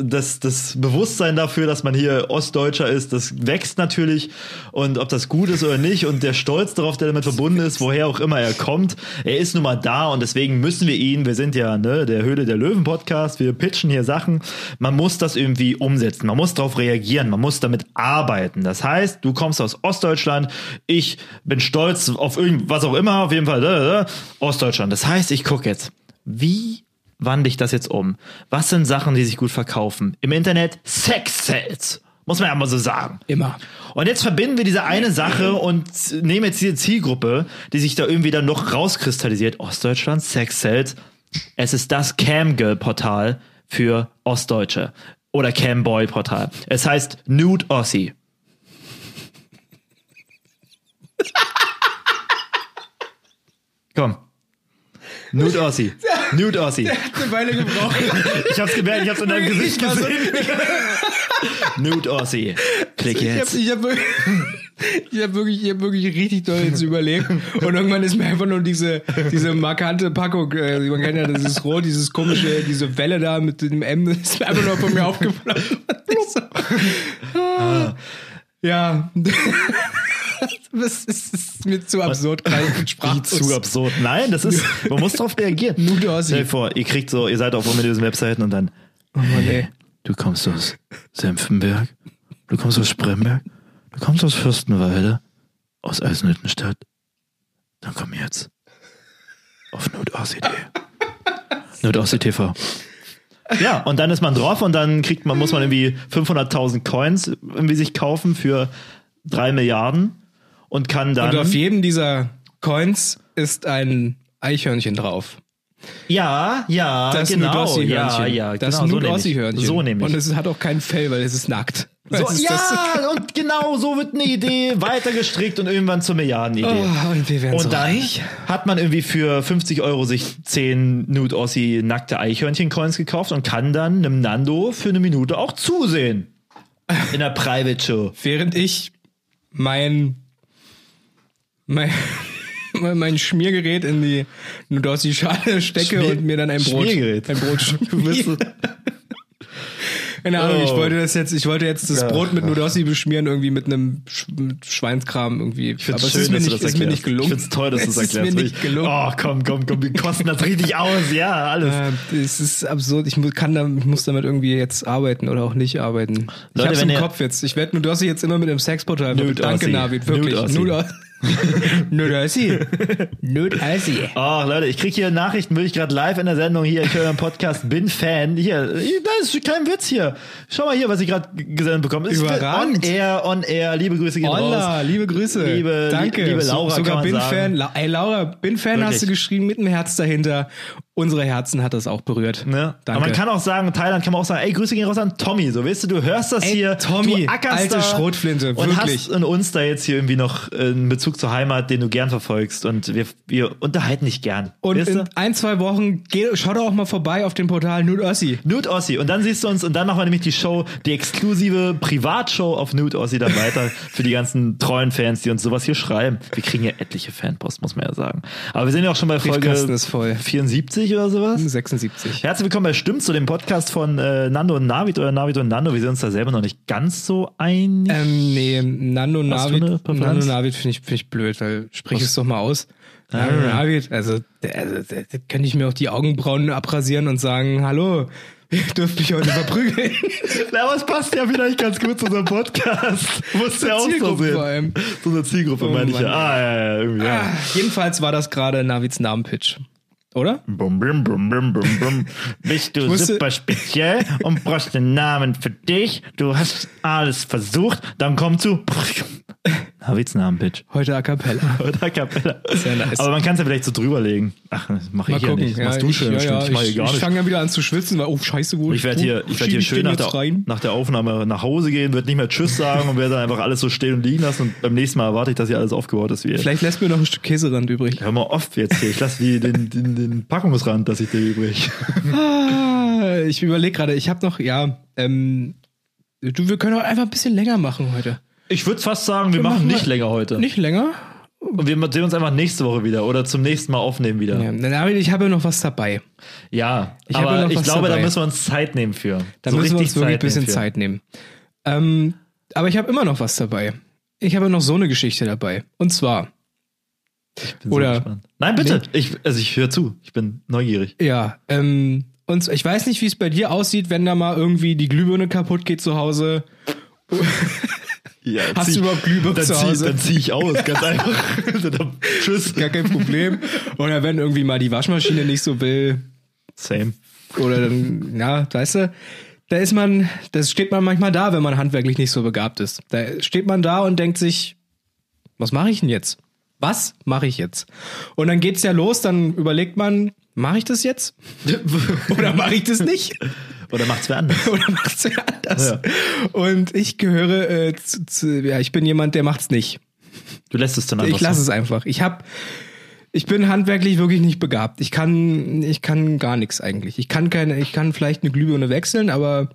das, das Bewusstsein dafür, dass man hier Ostdeutscher ist, das wächst natürlich. Und ob das gut ist oder nicht und der Stolz darauf, der damit verbunden ist, woher auch immer er kommt, er ist nun mal da und deswegen müssen wir ihn, wir sind ja ne, der Höhle der Löwen Podcast, wir pitchen hier Sachen, man muss das irgendwie umsetzen, man muss darauf reagieren, man muss damit arbeiten. Das heißt, du kommst aus Ostdeutschland, ich bin stolz auf irgendwas auch immer, auf jeden Fall äh, äh, Ostdeutschland. Das heißt, ich gucke jetzt, wie wandle ich das jetzt um? Was sind Sachen, die sich gut verkaufen? Im Internet Sex Sales, muss man ja mal so sagen.
Immer.
Und jetzt verbinden wir diese eine Sache und nehmen jetzt diese Zielgruppe, die sich da irgendwie dann noch rauskristallisiert. Ostdeutschland, Sex Sales. Es ist das Camgirl-Portal für Ostdeutsche. Oder Camboy-Portal. Es heißt Nude Ossi. Komm. Nude Ossi. Nude Ossi.
Eine Weile gebraucht.
Ich hab's gemerkt, ich hab's in deinem Gesicht
Ich war so-
gesehen. Nude Ossi. Klick
Ich
jetzt.
hab, ich, hab, wirklich- ich hab wirklich, ich hab wirklich richtig doll jetzt überlegt. Und irgendwann ist mir einfach nur diese, diese markante Packung, äh, man kennt ja dieses Rot, dieses komische, diese Welle da mit dem M, das ist mir einfach nur von mir aufgefallen. Ich so, Ah. Ja. Das ist mir zu absurd, kein
Wie zu absurd. Nein, das ist, man muss darauf reagieren.
Nur der Ossi.
Stell dir vor, ihr kriegt so, ihr seid auf ominösen Webseiten und dann,
Oh Mann, ey.
du kommst aus Senftenberg, du kommst aus Spremberg, du kommst aus Fürstenwalde, aus Eisenhüttenstadt. Dann komm jetzt auf Nordostsee.de. Nordostsee TV. Ja, und dann ist man drauf und dann kriegt man, muss man irgendwie 500.000 Coins irgendwie sich kaufen für drei Milliarden und kann dann.
Und auf jedem dieser Coins ist ein Eichhörnchen drauf.
Ja, ja,
Das
genau. Ja,
Nudossi-Hörnchen.
ja,
das
genau, so nehme ich.
Nudossi-Hörnchen.
So nehme ich.
Und es hat auch kein Fell, weil es ist nackt.
so,
Es ist das,
ja, und genau so wird eine Idee weitergestrickt und irgendwann zur Milliardenidee.
oh, und wir werden so
Und dann
reich.
hat man irgendwie für 50 Euro sich 10 Nude Ossi nackte Eichhörnchen-Coins gekauft und kann dann einem Nando für eine Minute auch zusehen. In der Private Show.
Während ich mein, mein, mein Schmiergerät in die Nudossi-Schale stecke
Schmier-
und mir dann ein Brot,
Schmiergerät.
ein Brot schmier. Keine Ahnung, ich
Oh.
wollte das jetzt, ich wollte jetzt das
Ja.
Brot mit Nudossi beschmieren, irgendwie mit einem Sch mit Schweinskram irgendwie.
Ich find's
Aber es
schön,
ist mir,
dass du
nicht,
das
ist mir
erklärst.
nicht gelungen.
Ich find's toll, dass du
es
das erklärst.
ist mir
wirklich.
nicht gelungen.
Oh, komm, komm, komm, wir kosten das richtig aus. Ja, alles.
Äh, Es ist absurd. Ich mu- kann da, ich muss damit irgendwie jetzt arbeiten oder auch nicht arbeiten. ich
Leute,
hab's
wenn
im
ihr-
Kopf jetzt. Ich werde Nudossi jetzt immer mit dem Sexportal
Nude
verbinden. Danke,
Ossi.
Navid. Wirklich.
Nude Ossi.
Nude- Nudossi. Nudossi.
Oh, Leute, ich krieg hier Nachrichten, wirklich gerade live in der Sendung hier. Ich höre im Podcast, bin Fan. Hier, das ist kein Witz hier. Schau mal hier, was ich gerade gesendet bekomme. Ist
Überragend.
On air, on air. Liebe Grüße gehen raus.
Olla, liebe Grüße.
Liebe-
Danke.
liebe Laura
so, sogar
kann man
bin
sagen.
Fan. La Ey, Laura, bin Fan
Wirklich.
hast du geschrieben mit einem Herz dahinter. Unsere Herzen hat das auch berührt.
Ne?
Danke.
Aber man kann auch sagen, Thailand kann man auch sagen, ey, Grüße gehen raus an Tommy. So, weißt du, du hörst das
Ey,
hier.
Tommy,
du ackerst
alte
da
Schrotflinte,
und
wirklich.
Hast in uns da jetzt hier irgendwie noch äh, einen Bezug zur Heimat, den du gern verfolgst. Und wir, wir unterhalten dich gern.
und
weißt
in
du?
ein, zwei Wochen geh, schau doch auch mal vorbei auf dem Portal Nudossi.
Nude Ossi. Und dann siehst du uns und dann machen wir nämlich die Show, die exklusive Privatshow auf Nude Ossi dann weiter für die ganzen treuen Fans, die uns sowas hier schreiben. Wir kriegen ja etliche Fanpost, muss man ja sagen. Aber wir sind ja auch schon bei Folge
Briefkasten ist voll.
74 oder sowas.
76.
Herzlich willkommen bei Stimmt zu dem Podcast von äh, Nando und Navid oder Navid und Nando. Wir sind uns da selber noch nicht ganz so einig.
Ähm, nee, Nano
Hast du
Navid.
eine
Nano
Präferenz? Ah,
Navid finde ich, find ich blöd, weil sprich es doch mal aus. Nano Navid, also, der- also der- der könnte ich mir auch die Augenbrauen abrasieren und sagen, hallo, ihr dürft mich heute verprügeln.
Na, aber es passt ja vielleicht ganz gut zu unserem Podcast. Muss ja auch so
Zielgruppe
sehen.
vor allem.
Zu unserer Zielgruppe,
Oh
meine ich
Mann.
ja. Ah, ja, ja, irgendwie, ja.
Jedenfalls war das gerade Navids Namenpitch. Oder?
Bum, bum, bum, bum, bum, bum. Bist du
musste-
super speziell und brauchst einen Namen für dich. Du hast alles versucht. Dann komm zu. Navids Namen, Bitch.
Heute a cappella.
Oder Kapella.
Sehr nice.
Aber man kann es ja vielleicht so drüberlegen. Ach, das mache ich
Mal gucken.
ja nicht. Das machst du
ich,
schön.
ja,
stimmt.
ja,
ich mache
ich,
hier gar
ich
nicht.
fange dann wieder an zu schwitzen, weil, oh, scheiße, gut.
Ich werde hier, ich werd hier schön nach der,
rein.
nach der Aufnahme nach Hause gehen, wird nicht mehr Tschüss sagen und werde dann einfach alles so stehen und liegen lassen. Und beim nächsten Mal erwarte ich, dass hier alles aufgebaut ist. Wie
Vielleicht lässt mir noch ein Stück Käserand übrig.
Hör mal oft jetzt hier. Ich lasse die- den, den, den Packungsrand, dass ich dir übrig.
Ah, ich überlege gerade, ich habe noch, ja, ähm, du, wir können auch einfach ein bisschen länger machen heute.
Ich würde fast sagen, wir,
machen
machen
mal-
nicht länger heute.
Nicht länger?
Und wir sehen uns einfach nächste Woche wieder oder zum nächsten Mal aufnehmen wieder.
Ja,
Ja,
dann habe ich, ich habe ja noch was dabei. Ich habe ja
aber
noch
ich
was
glaube,
dabei.
da müssen wir uns Zeit nehmen für.
Da müssen wir uns wirklich ein bisschen
nehmen für.
Zeit nehmen. Ähm, aber ich habe immer noch was dabei. Ich habe noch so eine Geschichte dabei. Und zwar,
Bin so
Oder-
gespannt. Nein, bitte. Ich, also ich höre zu. Ich bin neugierig.
ja, ähm, und ich weiß nicht, wie es bei dir aussieht, wenn da mal irgendwie die Glühbirne kaputt geht zu Hause.
Ja,
Hast du überhaupt Glühbirne
dann
zu
zieh,
Hause?
Dann ziehe ich aus, ganz einfach. Dann- Tschüss.
Gar kein Problem. Oder wenn irgendwie mal die Waschmaschine nicht so will,
Same.
oder dann, ja, weißt du, da ist man, das steht man manchmal da, wenn man handwerklich nicht so begabt ist. Da steht man da und denkt sich, was mache ich denn jetzt? Was mache ich jetzt? Und dann geht's ja los, dann überlegt man, mache ich das jetzt? Oder mache ich das nicht?
Oder macht's wer anders.
Oder macht's wer anders?
Ja.
Und ich gehöre, äh, zu, zu, ja, ich bin jemand, der macht's nicht.
Du lässt es dann einfach
Ich lasse
so.
es einfach. Ich habe ich bin handwerklich wirklich nicht begabt. Ich kann ich kann gar nichts eigentlich. Ich kann keine ich kann vielleicht eine Glühbirne wechseln, aber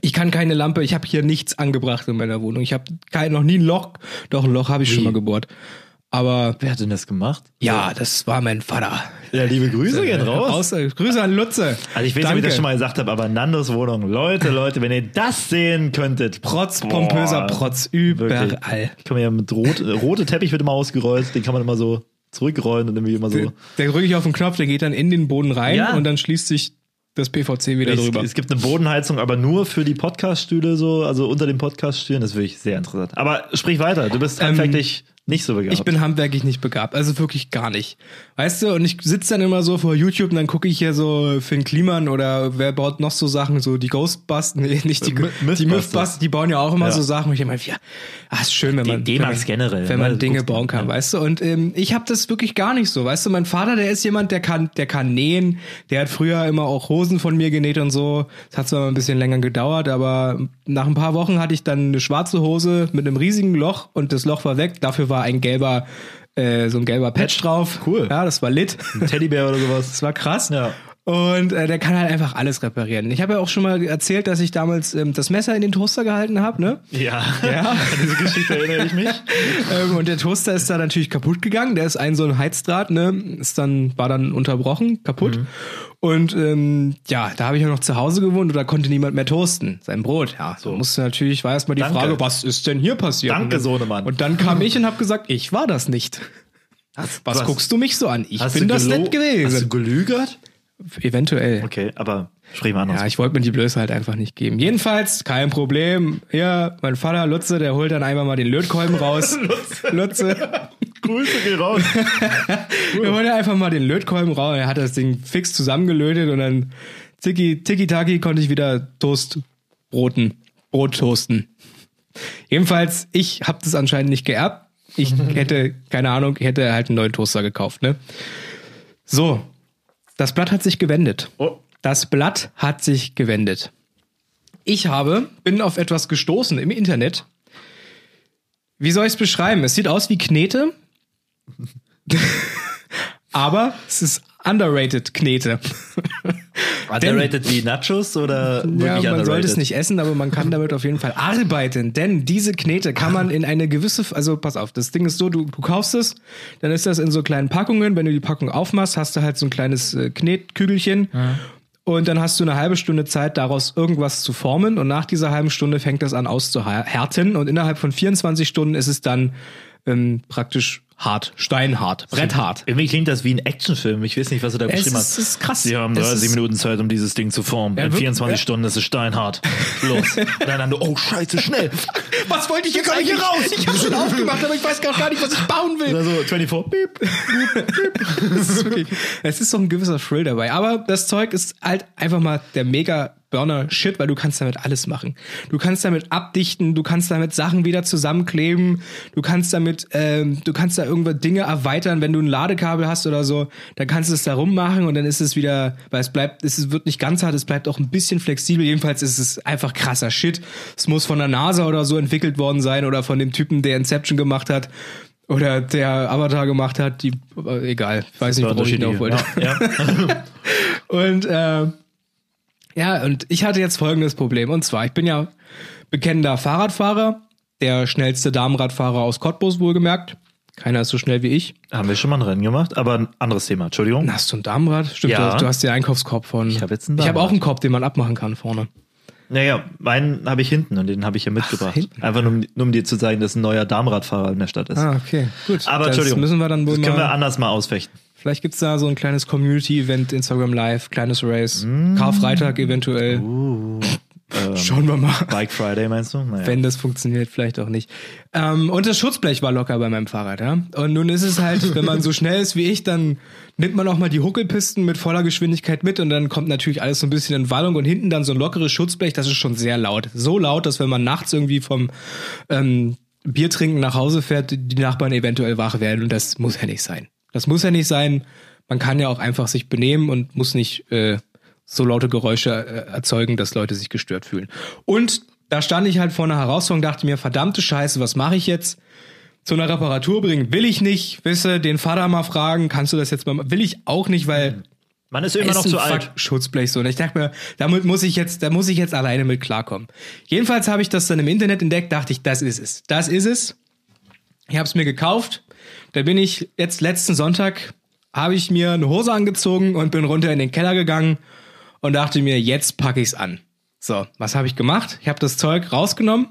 ich kann keine Lampe, ich habe hier nichts angebracht in meiner Wohnung. Ich habe kein noch nie ein Loch, doch ein Loch habe ich schon mal gebohrt. Aber
Wer hat denn das gemacht?
ja, das war mein Vater.
Ja, liebe Grüße gehen
Raus,
raus.
äh, Grüße an Lutze.
Also ich weiß nicht, ob ich das schon mal gesagt habe, aber Nandos Wohnung. Leute, Leute, wenn ihr das sehen könntet.
Protz, pompöser
Boah,
Protz,
wirklich.
überall.
Ich kann mir ja mit rot, äh, rote Teppich wird immer ausgerollt, den kann man immer so zurückrollen und irgendwie immer so.
Da drücke ich auf den Knopf, der geht dann in den Boden rein
Ja.
und dann schließt sich das PVC wieder
Es,
drüber.
es gibt eine Bodenheizung, aber nur für die Podcast-Stühle so, also unter den Podcast-Stühlen. Das ist wirklich sehr interessant. Aber sprich weiter, du bist handwerklich nicht so begabt.
Ähm, Ich bin handwerklich nicht begabt, also wirklich gar nicht. Weißt du, und ich sitze dann immer so vor YouTube und dann gucke ich hier so Finn Kliman oder wer baut noch so Sachen, so die Ghostbusters, nee, nicht die,
M-
die
Äh, Mythbusters.
Mythbusters, die bauen ja auch immer
Ja.
so Sachen. Und ich meine, ja, ah, ist schön, wenn man, wenn man,
D-Max generell,
wenn
ne?
man
Du
Dinge
guckst-
bauen kann, weißt du. Und ähm, ich habe das wirklich gar nicht so, weißt du. Mein Vater, der ist jemand, der kann, der kann nähen. Der hat früher immer auch Hosen von mir genäht und so. Das hat zwar immer ein bisschen länger gedauert, aber nach ein paar Wochen hatte ich dann eine schwarze Hose mit einem riesigen Loch und das Loch war weg. Dafür war ein gelber, äh, so ein gelber Patch drauf.
Cool.
Ja, das war lit.
Ein Teddybär oder sowas.
Das war krass.
Ja.
Und äh, der kann halt einfach alles reparieren. Ich habe ja auch schon mal erzählt, dass ich damals ähm, das Messer in den Toaster gehalten habe, ne?
Ja, an diese Geschichte erinnere ich mich.
ähm, und der Toaster ist da natürlich kaputt gegangen. Der ist ein so ein Heizdraht, ne? Ist dann, war dann unterbrochen, kaputt.
Mhm.
Und ähm, ja, da habe ich ja noch zu Hause gewohnt und da konnte niemand mehr toasten. Sein Brot. Ja, so musste natürlich, war erstmal die
Danke.
Frage, was ist denn hier passiert?
Danke,
Und dann-
Sohnemann.
Und dann kam ich und habe gesagt, ich war das nicht. Was
du hast-
guckst du mich so an? Ich
Hast
bin
du
das
gelo-
nicht
Hast du
gewesen.
gelügert?
Eventuell.
Okay, aber sprich mal anders.
Ja, ich wollte mir die Blöße halt einfach nicht geben. Jedenfalls, kein Problem. Ja, mein Vater Lutze, der holt dann einmal mal den Lötkolben raus. Lutze.
Grüße geh raus.
Der holt dann einfach mal den Lötkolben raus. Er hat das Ding fix zusammengelötet und dann tiki, tiki taki konnte ich wieder Toast broten. Brot toasten. Jedenfalls, ich habe das anscheinend nicht geerbt. Ich hätte, keine Ahnung, ich hätte halt einen neuen Toaster gekauft, ne? So. Das Blatt hat sich gewendet.
Oh,
Das Blatt hat sich gewendet. Ich habe, bin auf etwas gestoßen im Internet. Wie soll ich es beschreiben? Es sieht aus wie Knete, aber es ist underrated Knete.
underrated wie Nachos oder wirklich
Ja, man
underrated?
sollte es nicht essen, aber man kann damit auf jeden Fall arbeiten, denn diese Knete kann man in eine gewisse, also pass auf, das Ding ist so, du, du kaufst es, dann ist das in so kleinen Packungen, wenn du die Packung aufmachst, hast du halt so ein kleines äh, Knetkügelchen und dann hast du eine halbe Stunde Zeit, daraus irgendwas zu formen und nach dieser halben Stunde fängt das an auszuhärten und innerhalb von 24 Stunden ist es dann ähm, praktisch hart, steinhart, bretthart.
Irgendwie klingt das wie ein Actionfilm. Ich weiß nicht, was du da
Es
geschrieben
ist,
hast.
ist krass.
Sie haben
Es
30
ist-
Minuten Zeit, um dieses Ding zu formen. In
wirklich,
24
ja.
Stunden ist es steinhart. Los. Und dann, du, oh, scheiße, schnell.
Was wollte ich jetzt
komme hier
eigentlich raus? Ich habe schon aufgemacht, aber ich weiß gar nicht, was ich bauen will.
Oder so, 24, beep.
Das ist wirklich, es ist so ein gewisser Thrill dabei. Aber das Zeug ist halt einfach mal der mega Burner-Shit, weil du kannst damit alles machen. Du kannst damit abdichten, du kannst damit Sachen wieder zusammenkleben, du kannst damit, ähm, du kannst da irgendwelche Dinge erweitern, wenn du ein Ladekabel hast oder so, dann kannst du es da rummachen und dann ist es wieder, weil es bleibt, es wird nicht ganz hart, es bleibt auch ein bisschen flexibel. Jedenfalls ist es einfach krasser Shit. Es muss von der NASA oder so entwickelt worden sein oder von dem Typen, der Inception gemacht hat. Oder der Avatar gemacht hat, die, äh, egal, ich weiß nicht,
So,
worauf ich hinauf wollte.
Ja, ja.
Und äh, ja, und ich hatte jetzt folgendes Problem. Und zwar, ich bin ja bekennender Fahrradfahrer, der schnellste Damenradfahrer aus Cottbus wohlgemerkt. Keiner ist so schnell wie ich.
Haben wir schon mal ein Rennen gemacht, aber ein anderes Thema. Entschuldigung.
Na, Hast du ein Damenrad? Stimmt,
Ja.
du, hast, du hast den Einkaufskorb von. Ich
hab jetzt einen
Ich habe auch
Damenrad.
einen Korb, den man abmachen kann vorne.
Naja, meinen habe ich hinten und den habe ich ja mitgebracht.
hinten.
Einfach nur, um- nur um dir zu zeigen, dass ein neuer Darmradfahrer in der Stadt ist.
Ah, okay, gut. das
aber Entschuldigung,
müssen wir dann wohl
das können wir
mal.
anders mal ausfechten.
Vielleicht gibt's da so ein kleines Community-Event, Instagram Live, kleines Race,
Mm.
Karfreitag eventuell.
Oh.
Schauen wir mal.
Bike Friday meinst du? Naja.
Uh. Wenn das funktioniert, vielleicht auch nicht. Ähm, und das Schutzblech war locker bei meinem Fahrrad, ja. Und nun ist es halt, wenn man so schnell ist wie ich, dann nimmt man auch mal die Huckelpisten mit voller Geschwindigkeit mit und dann kommt natürlich alles so ein bisschen in Wallung und hinten dann so ein lockeres Schutzblech, das ist schon sehr laut. So laut, dass wenn man nachts irgendwie vom ähm, Bier trinken nach Hause fährt, die Nachbarn eventuell wach werden und das muss ja nicht sein. Das muss ja nicht sein. Man kann ja auch einfach sich benehmen und muss nicht äh, so laute Geräusche äh, erzeugen, dass Leute sich gestört fühlen. Und da stand ich halt vor einer Herausforderung, dachte mir, verdammte Scheiße, was mache ich jetzt? Zu einer Reparatur bringen will ich nicht. Wisse, den Vater mal fragen, kannst du das jetzt mal? ma- Will ich auch nicht, weil
Man ist immer
ist
noch
ein
zu
Fuck-
alt.
Schutzblech so. Und ich dachte mir, damit muss ich jetzt, da muss ich jetzt alleine mit klarkommen. Jedenfalls habe ich das dann im Internet entdeckt, dachte ich, das ist es. Das ist es. Ich habe es mir gekauft. Da bin ich jetzt letzten Sonntag, habe ich mir eine Hose angezogen und bin runter in den Keller gegangen und dachte mir, jetzt packe ich's an. So, was habe ich gemacht? Ich habe das Zeug rausgenommen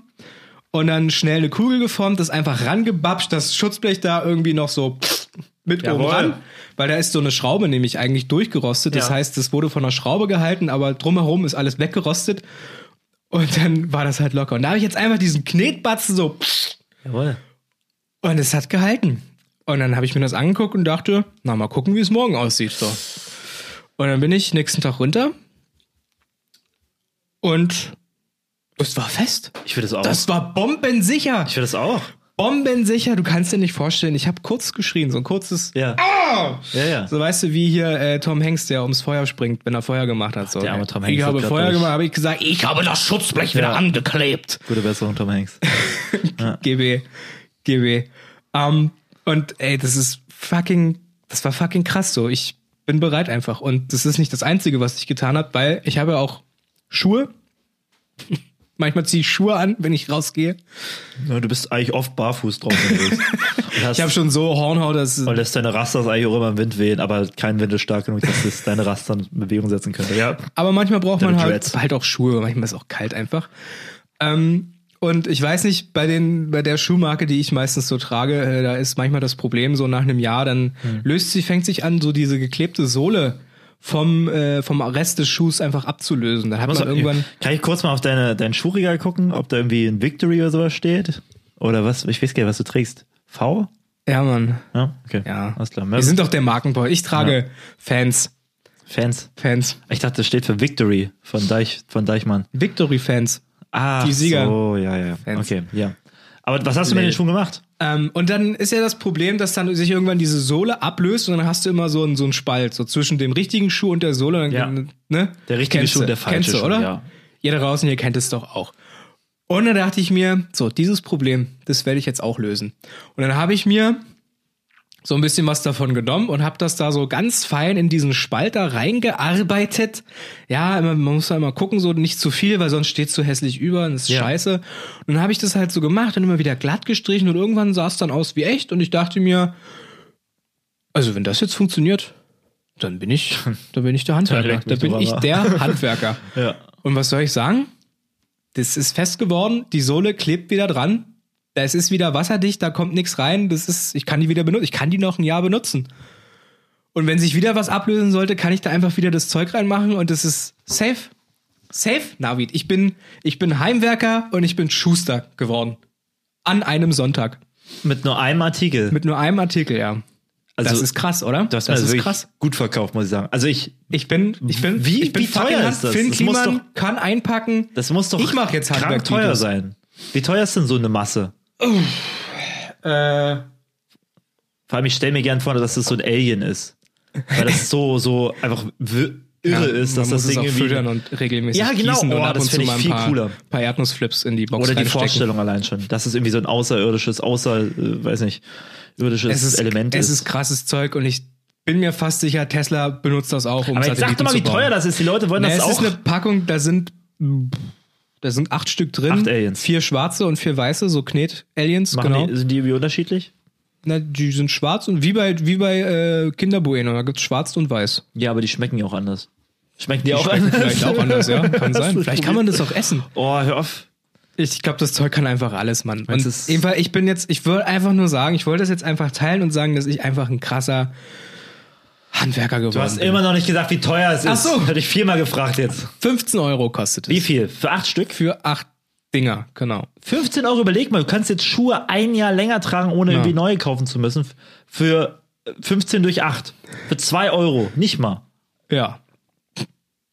und dann schnell eine Kugel geformt, das einfach rangebapscht, das Schutzblech da irgendwie noch so pff, mit oben
Jawohl.
ran, weil da ist so eine Schraube nämlich eigentlich durchgerostet. Das
Ja.
heißt, es wurde von einer Schraube gehalten, aber drumherum ist alles weggerostet. Und dann war das halt locker. Und da habe ich jetzt einfach diesen Knetbatzen so pff,
Jawohl.
und es hat gehalten. Und dann habe ich mir das angeguckt und dachte, na mal gucken, wie es morgen aussieht. So. Und dann bin ich nächsten Tag runter und es war fest.
Ich will das auch.
Das war bombensicher.
ich will das auch.
Bombensicher. Du kannst dir nicht vorstellen, ich habe kurz geschrien, so ein kurzes.
Ja. Ja, ja.
Ah! So weißt du, wie hier äh, Tom Hanks, der ums Feuer springt, wenn er Feuer gemacht hat. So,
der arme Tom Hanks
Ich
hat
habe
grad
Feuer
durch.
gemacht, habe ich gesagt, ich habe das Schutzblech wieder
Ja.
angeklebt.
Gute Besserung, Tom Hanks.
GB, GB. Ähm, und ey, das ist fucking, das war fucking krass so. Ich bin bereit einfach. Und das ist nicht das Einzige, was ich getan habe, weil ich habe ja auch Schuhe. Manchmal ziehe ich Schuhe an, wenn ich rausgehe.
Ja, Ne, du bist eigentlich oft barfuß drauf. wenn du bist. Und hast,
Ich habe schon so Hornhaut, dass
und lässt deine Rasters eigentlich auch immer im Wind wehen, aber kein Wind ist stark genug, dass es deine Raster in Bewegung setzen könnte. Ja.
Aber manchmal braucht man
Deine
halt,
Dreads.
halt auch Schuhe, manchmal ist auch kalt einfach. Ähm, und ich weiß nicht, bei den, bei der Schuhmarke, die ich meistens so trage, äh, da ist manchmal das Problem, so nach einem Jahr, dann
Hm.
löst sie, fängt sich an, so diese geklebte Sohle vom, äh, vom Rest des Schuhs einfach abzulösen. Dann hat man irgendwann.
Kann ich kurz mal auf deine, dein Schuhregal gucken, ob da irgendwie ein Victory oder sowas steht? Oder was? Ich weiß gar nicht, was du trägst. V?
Ja, Mann.
Ja, okay.
Ja.
Alles klar.
Wir sind doch der Markenboy. Ich trage Fans.
Fans.
Fans.
Ich dachte, das steht für Victory von, Deich, von Deichmann.
Victory-Fans.
Ah,
Die Sieger.
So, ja, ja.
Fans.
Okay, ja. Aber was hast du mit
Nee.
den Schuhen gemacht?
Ähm, und dann ist ja das Problem, dass dann sich irgendwann diese Sohle ablöst und dann hast du immer so einen, so einen Spalt, so zwischen dem richtigen Schuh und der Sohle. Dann,
Ja.
ne?
Der richtige
Kennst
Schuh und
du,
der falsche
Kennst du,
Schuh,
oder?
ja.
Ihr da draußen, ihr kennt es doch auch. Und dann dachte ich mir, so, dieses Problem, das werde ich jetzt auch lösen. Und dann habe ich mir so ein bisschen was davon genommen und habe das da so ganz fein in diesen Spalt da reingearbeitet. Ja, immer, man muss da immer gucken, so nicht zu viel, weil sonst steht so hässlich über und ist
Ja.
scheiße. Und dann habe ich das halt so gemacht und immer wieder glatt gestrichen und irgendwann sah es dann aus wie echt und ich dachte mir, also wenn das jetzt funktioniert, dann bin ich, dann bin ich der Handwerker,
leck
da
mich
bin
doch
ich
aber.
der Handwerker.
Ja.
Und was soll ich sagen? Das ist fest geworden, die Sohle klebt wieder dran. Es ist wieder wasserdicht, da kommt nichts rein. Das ist, ich kann die wieder benutzen, ich kann die noch ein Jahr benutzen. Und wenn sich wieder was ablösen sollte, kann ich da einfach wieder das Zeug reinmachen und es ist safe. Safe, Navid. Ich bin, ich bin Heimwerker und ich bin Schuster geworden. An einem Sonntag.
Mit nur einem Artikel.
Mit nur einem Artikel, ja.
also,
das ist krass, oder?
du hast mir
das ist
wirklich
krass.
gut verkauft, muss ich sagen. Also ich,
Ich bin, ich bin,
Wie-
ich bin
wie teuer
fucking
ist das?
Finn
Das muss
Kliman
doch-
kann einpacken.
das muss doch
Ich mach jetzt
krank
Handwerkvideos.
teuer sein. Wie teuer ist denn so eine Masse?
Äh,
Vor allem, ich stelle mir gern vor, dass das so ein Alien ist. Weil das so, so einfach wir- irre
Ja,
ist,
man
dass das
muss es
Ding
auch
irgendwie.
füttern und regelmäßig
Ja, genau.
gießen und
Oh,
ab
das
und zu
find ich
mal ein
viel
paar,
cooler.
paar Erdnussflips in die Box
Oder die
reinstecken.
Vorstellung allein schon. Dass es irgendwie so ein außerirdisches, außer, äh, weiß nicht, irdisches
es ist,
Element
es
ist.
ist krasses Zeug und ich bin mir fast sicher, Tesla benutzt das auch, um
Aber jetzt sag
Satelliten
doch mal,
zu
wie
bauen.
teuer das ist. Die Leute wollen
Na,
das
es
auch.
ist eine Packung, da sind da sind acht Stück drin,
Acht Aliens.
vier schwarze und vier weiße, so Knet-Aliens,
Machen
genau.
die, sind die irgendwie unterschiedlich?
Na, die sind schwarz und wie bei, wie bei äh, Kinder Bueno, da gibt's schwarz und weiß.
Ja, aber die schmecken ja auch anders. Schmecken die,
Die
auch
schmecken
anders?
vielleicht auch anders, ja, kann sein.
du
Vielleicht kann man das auch essen.
Oh, hör auf.
Ich glaube, das Zeug kann einfach alles, Mann. Und
Meinst du's-
jedenfalls, ich bin jetzt, ich würde einfach nur sagen, ich wollte das jetzt einfach teilen und sagen, dass ich einfach ein krasser Handwerker geworden
Du hast
bin.
immer noch nicht gesagt, wie teuer es ist.
Ach so.
Hätte ich viermal gefragt jetzt.
15 Euro kostet es.
Wie viel? Für acht Stück?
Für acht Dinger, genau.
15 Euro, überleg mal, du kannst jetzt Schuhe ein Jahr länger tragen, ohne irgendwie neue kaufen zu müssen. Für 15 durch 8. Für 2 Euro. Nicht mal.
Ja.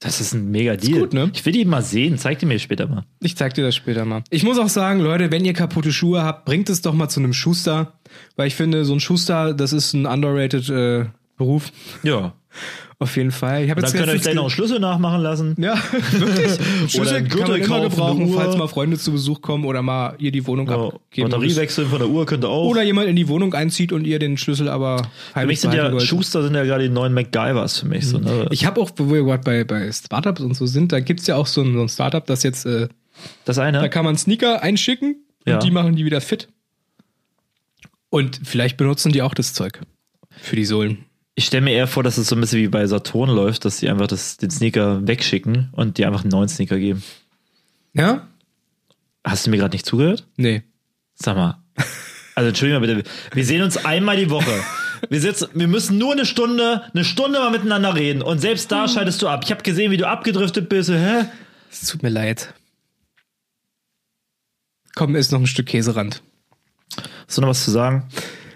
Das ist ein mega Deal.
gut, ne?
Ich will die mal sehen. Zeig die mir später mal.
Ich zeig dir das später mal. Ich muss auch sagen, Leute, wenn ihr kaputte Schuhe habt, bringt es doch mal zu einem Schuster. Weil ich finde, so ein Schuster, das ist ein underrated äh, Beruf.
Ja.
Auf jeden Fall. Ich hab
Dann
jetzt
könnt ihr euch
letztens
gleich noch einen Schlüssel nachmachen lassen.
Ja, wirklich.
Oder
Schlüssel
einen
kann man
Gürtel
immer
kaufen, eine
gebrauchen,
Uhr.
falls mal Freunde zu Besuch kommen oder mal ihr die Wohnung
Ja.
abgeben.
Batterie wechseln von der Uhr könnt ihr auch.
Oder jemand in die Wohnung einzieht und ihr den Schlüssel aber
für
heimlich
mich sind ja,
behalten wollt.
Schuster sind ja gerade die neuen MacGyvers für mich. So, ne?
Ich habe auch, wo wir gerade bei, bei Startups und so sind, da gibt's ja auch so ein, so ein Startup, das jetzt, äh,
das
da
eine.
kann man Sneaker einschicken und
Ja.
die machen die wieder fit. Und vielleicht benutzen die auch das Zeug für die Sohlen.
Ich stelle mir eher vor, dass es so ein bisschen wie bei Saturn läuft, dass die einfach das, den Sneaker wegschicken und dir einfach einen neuen Sneaker geben.
Ja?
Hast du mir gerade nicht zugehört?
Nee.
Sag mal. Also entschuldige mal bitte. Wir sehen uns einmal die Woche. Wir sitzen, wir müssen nur eine Stunde, eine Stunde mal miteinander reden. Und selbst da schaltest du ab. Ich habe gesehen, wie du abgedriftet bist. Hä?
Es tut mir leid. Komm, ist noch ein Stück Käserand.
Hast du noch was zu sagen?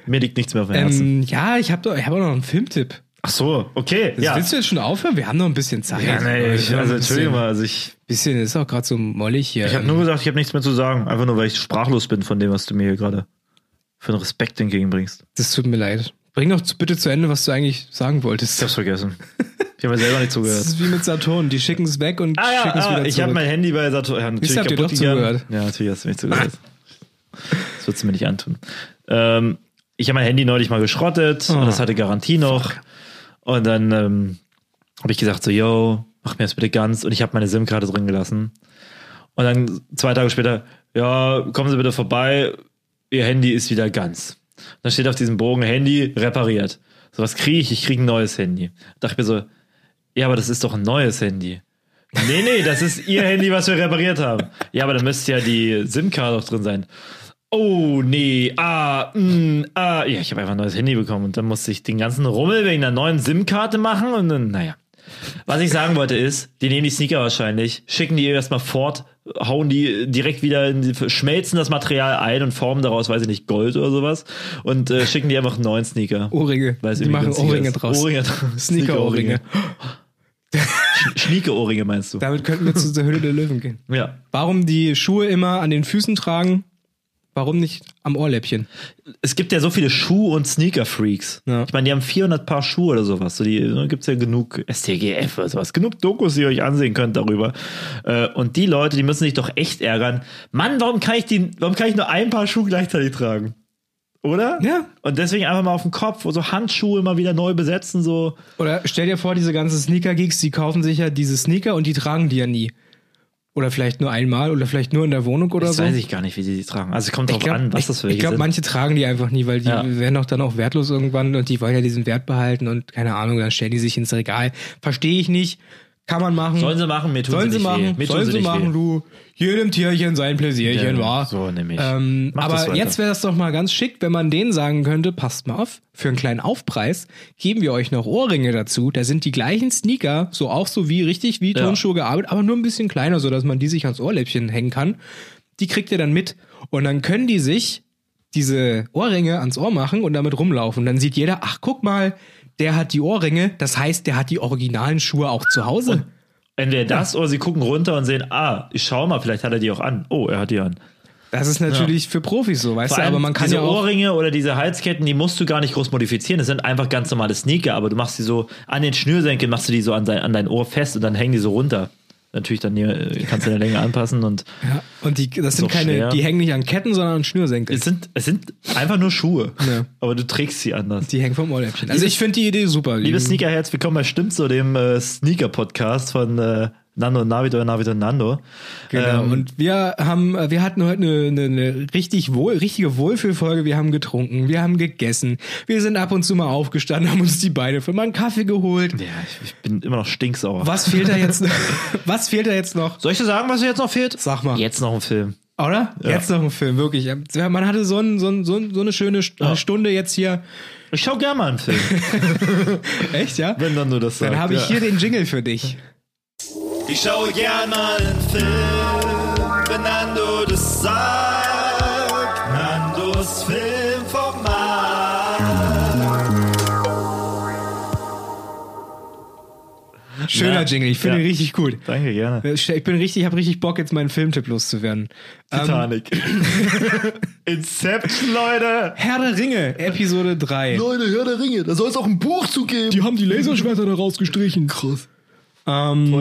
Mir liegt nichts mehr auf dem Herzen.
Ähm, ja, ich habe hab auch noch einen Filmtipp. Also
Ach so, okay. Ja.
Willst du jetzt schon aufhören? Wir haben noch ein bisschen Zeit.
ja, nee, ich,
Wir haben
also
ein bisschen,
entschuldige mal, also ich,
bisschen ist auch gerade so mollig hier.
ich habe nur gesagt, ich habe nichts mehr zu sagen. Einfach nur, weil ich sprachlos bin von dem, was du mir hier gerade für einen Respekt entgegenbringst.
das tut mir leid. Bring doch zu- bitte zu Ende, was du eigentlich sagen wolltest.
Ich hab's vergessen. Ich habe mir selber nicht
Das
zugehört.
ist wie mit Saturn. Die schicken es weg und
Ah ja,
schicken es
ah,
wieder
ich
zurück.
habe mein Handy bei Saturn. Ja, natürlich
Wisst ihr, habt ihr
kaputt
doch
gegangen.
zugehört.
Ja, natürlich hast du mich zugehört. Das würdest du mir nicht antun. Ähm, ich habe mein Handy neulich mal geschrottet
Ah.
und das hatte Garantie noch. Und dann ähm, habe ich gesagt so, yo, mach mir das bitte ganz. Und ich habe meine SIM-Karte drin gelassen. Und dann zwei Tage später, ja, kommen Sie bitte vorbei, Ihr Handy ist wieder ganz. Und dann steht auf diesem Bogen Handy repariert. So was kriege ich, ich kriege ein neues Handy. Dachte ich mir so, ja, aber das ist doch ein neues Handy. Nee, nee, das ist ihr Handy, was wir repariert haben. Ja, aber da müsste ja die SIM-Karte auch drin sein. Oh, nee, ah, mm, ah. Ja, ich habe einfach ein neues Handy bekommen und dann musste ich den ganzen Rummel wegen einer neuen SIM-Karte machen und dann, naja. Was ich sagen wollte ist, die nehmen die Sneaker wahrscheinlich, schicken die erstmal fort, hauen die direkt wieder, in die, schmelzen das Material ein und formen daraus, weiß ich nicht, Gold oder sowas und äh, schicken die einfach einen neuen Sneaker.
Ohrringe.
Weil es
Oh, Die
irgendwie
machen
günstiger
Ohrringe
ist.
draus.
Ohrringe,
Sneaker-Ohrringe.
Schnieke-Ohrringe meinst du?
Damit könnten wir zu der Höhle der Löwen gehen.
Ja.
Warum die Schuhe immer an den Füßen tragen? Warum nicht am Ohrläppchen?
Es gibt ja so viele Schuh- und Sneaker-Freaks.
Ja.
Ich meine, die haben 400 Paar Schuhe oder sowas. So die ne, gibt's ja genug STGF oder sowas. Genug Dokus, die ihr euch ansehen könnt darüber. Äh, und die Leute, die müssen sich doch echt ärgern. Mann, warum kann ich die, warum kann ich nur ein Paar Schuhe gleichzeitig tragen? Oder?
Ja.
Und deswegen einfach mal auf den Kopf, wo so Handschuhe immer wieder neu besetzen, so.
Oder stell dir vor, diese ganzen Sneaker-Geeks, die kaufen sich ja diese Sneaker und die tragen die ja nie. Oder vielleicht nur einmal oder vielleicht nur in der Wohnung oder
Das
so.
weiß ich gar nicht, wie die die tragen. Also es kommt
Also- Ich
drauf
glaub-
an, was
ich,
das für
Ich
welche
glaube,
sind.
manche tragen die einfach nie, weil die
Ja.
werden auch dann auch wertlos irgendwann und die wollen ja diesen Wert behalten und keine Ahnung, dann stellen die sich ins Regal. Verstehe ich nicht. Kann man machen.
Sollen sie machen, mir tun
Sollen
sie
sie
nicht weh.
machen,
Mir tun
sollen sie
nicht
machen,
weh.
du. Jedem Tierchen sein Pläsierchen,
Ja,
war.
so nämlich.
Ähm,
Mach das
aber
weiter.
jetzt wäre das doch mal ganz schick, wenn man denen sagen könnte, passt mal auf, für einen kleinen Aufpreis geben wir euch noch Ohrringe dazu. Da sind die gleichen Sneaker, so auch so wie richtig wie
Ja.
Turnschuhe gearbeitet, aber nur ein bisschen kleiner, sodass man die sich ans Ohrläppchen hängen kann. Die kriegt ihr dann mit und dann können die sich diese Ohrringe ans Ohr machen und damit rumlaufen. Dann sieht jeder, ach guck mal, der hat die Ohrringe, das heißt, der hat die originalen Schuhe auch zu Hause.
Entweder das oder sie gucken runter und sehen, ah, ich schau mal, vielleicht hat er die auch an. Oh, er hat die an.
Das ist natürlich für Profis so, weißt
Vor
du,
allem
aber man kann
diese
ja auch.
Ohrringe oder diese Halsketten, die musst du gar nicht groß modifizieren. Das sind einfach ganz normale Sneaker, aber du machst die so an den Schnürsenkel, machst du die so an dein, an dein Ohr fest und dann hängen die so runter. Natürlich dann äh, kannst du deine Länge anpassen und
Ja, und die, das sind
auch
keine,
schwer.
die hängen nicht an Ketten, sondern an Schnürsenkeln.
es sind, es sind einfach nur Schuhe,
Ja.
aber du trägst sie anders. Mhm.
Die hängen vom Ohrläppchen. Also ich finde die Idee super.
Liebe Sneakerherz, willkommen bei Stimmt so dem äh, Sneaker-Podcast von äh, Nando und Navid oder Navid und Nando.
Genau.
Ähm,
und wir haben, äh, wir hatten heute eine, eine, eine richtig wohl, richtige Wohlfühlfolge. Wir haben getrunken, wir haben gegessen, wir sind ab und zu mal aufgestanden, haben uns die Beine für mal einen Kaffee geholt.
ja, ich, ich bin immer noch stinksauer.
Was fehlt da jetzt? was fehlt da jetzt noch?
Soll ich dir sagen, was jetzt noch fehlt?
Sag mal.
Jetzt noch ein Film.
Oder? Jetzt noch ein Film, wirklich. Ja, Man hatte so, einen, so, einen, so einen- so eine schöne St- Stunde jetzt hier.
Ich schau gerne mal einen Film,
Echt, ja?
wenn dann du das sagst.
Dann habe ich
ja.
hier den Jingle für dich.
Ich schaue gerne mal einen Film, wenn Nando das sagt. Nandos Filmformat.
Schöner
Ja.
Jingle, ich finde
Ja.
ihn richtig gut.
Danke, gerne.
Ich bin richtig, habe richtig Bock, jetzt meinen Filmtipp loszuwerden. Ähm,
Titanic. Inception, Leute.
Herr der Ringe, Episode 3.
Leute, Herr der Ringe, da soll es auch ein Buch zu geben.
Die haben die Laserschwerter da rausgestrichen. Krass. Ähm,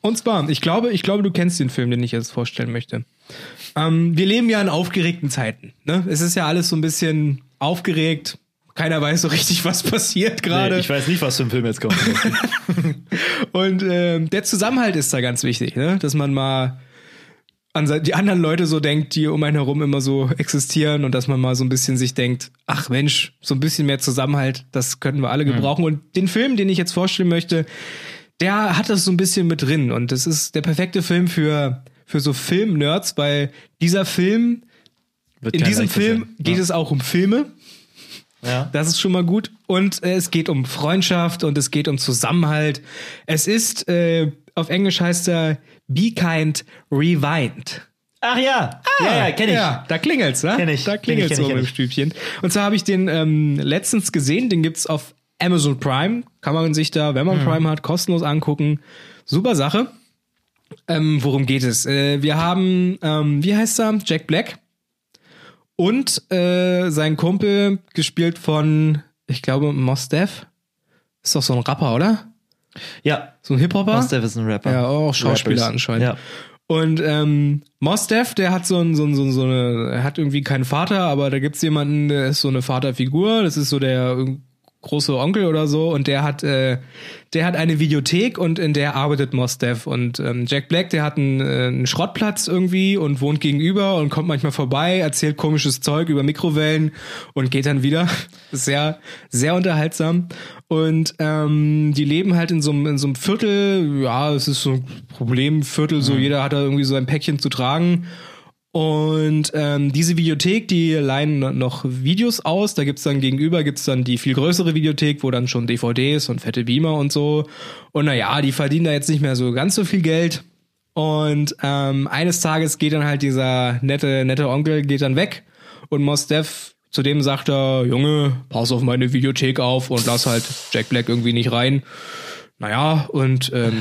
und zwar, ich glaube, ich glaube, du kennst den Film, den ich jetzt vorstellen möchte. Ähm, wir leben ja in aufgeregten Zeiten. Ne? Es ist ja alles so ein bisschen aufgeregt. Keiner weiß so richtig, was passiert gerade.
Nee, ich weiß nicht, was für ein Film jetzt kommt.
Und ähm, der Zusammenhalt ist da ganz wichtig, ne? dass man mal an se- die anderen Leute so denkt, die um einen herum immer so existieren und dass man mal so ein bisschen sich denkt, ach Mensch, so ein bisschen mehr Zusammenhalt, das könnten wir alle gebrauchen. Und den Film, den ich jetzt vorstellen möchte, der hat das so ein bisschen mit drin und das ist der perfekte Film für für so Filmnerds, weil dieser Film,
Wird
in
kein
diesem
Recht
Film
gesehen.
geht es auch um Filme.
Ja.
Das ist schon mal gut. Und äh, es geht um Freundschaft und es geht um Zusammenhalt. Es ist, äh, auf Englisch heißt er Be Kind Rewind.
Ach ja, ja, ja, kenne Ah, ich.
Ja, da klingelt's, ne?
Kenn ich.
Da
Kenn ich,
klingelt's
kenn
so
ich, kenn
im
ich.
Stübchen. Und zwar habe ich den ähm, letztens gesehen, den gibt's auf Amazon Prime. Kann man sich da, wenn man
Hm.
Prime hat, kostenlos angucken. Super Sache. Ähm, worum geht es? Äh, wir haben, ähm, wie heißt er? Jack Black. Und äh, sein Kumpel, gespielt von, ich glaube, Mos Def. Ist doch so ein Rapper, oder?
Ja,
So ein Hip-Hopper?
Mos Def ist ein Rapper.
Ja, auch Schauspieler
Rappers.
anscheinend.
Ja.
Und ähm, Mos Def, der hat so ein, so ein, so ein, so eine, er hat irgendwie keinen Vater, aber da gibt's jemanden, der ist so eine Vaterfigur, das ist so der äh, große Onkel oder so und der hat, äh, der hat eine Videothek und in der arbeitet Mos Def und ähm, Jack Black, der hat einen, äh, einen Schrottplatz irgendwie und wohnt gegenüber und kommt manchmal vorbei, erzählt komisches Zeug über Mikrowellen und geht dann wieder. Sehr, sehr unterhaltsam. Und ähm, die leben halt in so einem in so einem Viertel, ja, es ist so ein Problemviertel, so jeder hat da irgendwie so ein Päckchen zu tragen. Und ähm, diese Videothek, die leihen noch Videos aus. Da gibt's dann gegenüber, gibt's dann die viel größere Videothek, wo dann schon DVDs und fette Beamer und so. Und naja, die verdienen da jetzt nicht mehr so ganz so viel Geld. Und ähm, eines Tages geht dann halt dieser nette, nette Onkel, geht dann weg. Und Mos Def, zu dem sagt er, Junge, pass auf meine Videothek auf und lass halt Jack Black irgendwie nicht rein. Naja, und ähm,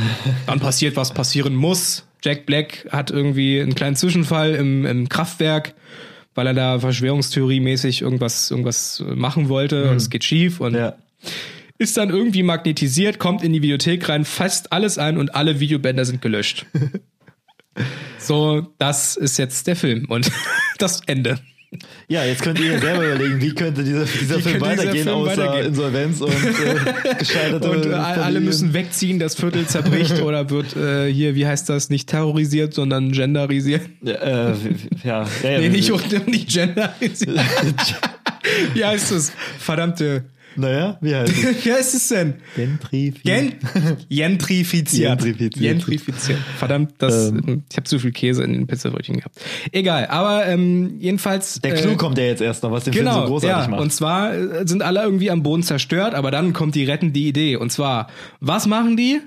dann passiert, was passieren muss. Jack Black hat irgendwie einen kleinen Zwischenfall im, im Kraftwerk, weil er da Verschwörungstheorie-mäßig irgendwas, irgendwas machen wollte und es geht schief und
Ja.
ist dann irgendwie magnetisiert, kommt in die Videothek rein, fasst alles ein und alle Videobänder sind gelöscht. so, das ist jetzt der Film und das Ende.
ja, jetzt könnt ihr selber überlegen, wie könnte dieser, dieser
Wie
Film
könnte dieser
weitergehen,
Film
außer
weitergehen?
Insolvenz und äh, gescheiterte
Und äh, alle
Familien.
müssen wegziehen, das Viertel zerbricht oder wird äh, hier, wie heißt das, nicht terrorisiert, sondern genderisiert.
Äh, w- w- ja, ja, ja
Nee,
wir-
nicht, um nicht genderisiert. Wie heißt es? Verdammte.
Naja, wie heißt es?
Wie heißt es denn?
Gentrifi.
Gen Gentrifiziert.
Gentrifiziert. Ähm.
Gentrifiziert. Verdammt, das, hm, ich habe zu viel Käse in den Pizzabrötchen gehabt. Egal, aber ähm, jedenfalls.
Der Clou kommt ja jetzt erst noch, was den Film
Genau,
so großartig
ja.
macht.
Und zwar äh, sind alle irgendwie am Boden zerstört, aber dann kommt die rettende Idee. Und zwar, was machen die?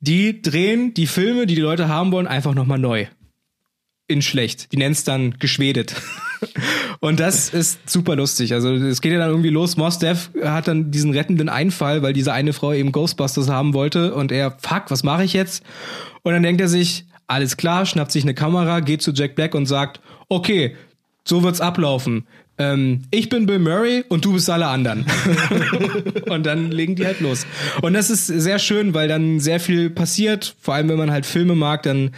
Die drehen die Filme, die die Leute haben wollen, einfach nochmal neu. In schlecht. Die nennen es dann geschwedet. Und das ist super lustig. Also es geht ja dann irgendwie los. Mos Def hat dann diesen rettenden Einfall, weil diese eine Frau eben Ghostbusters haben wollte und er, fuck, was mache ich jetzt? Und dann denkt er sich, alles klar, schnappt sich eine Kamera, geht zu Jack Black und sagt, okay, so wird's ablaufen. Ähm, ich bin Bill Murray und du bist alle anderen. und dann legen die halt los. Und das ist sehr schön, weil dann sehr viel passiert. Vor allem, wenn man halt Filme mag, dann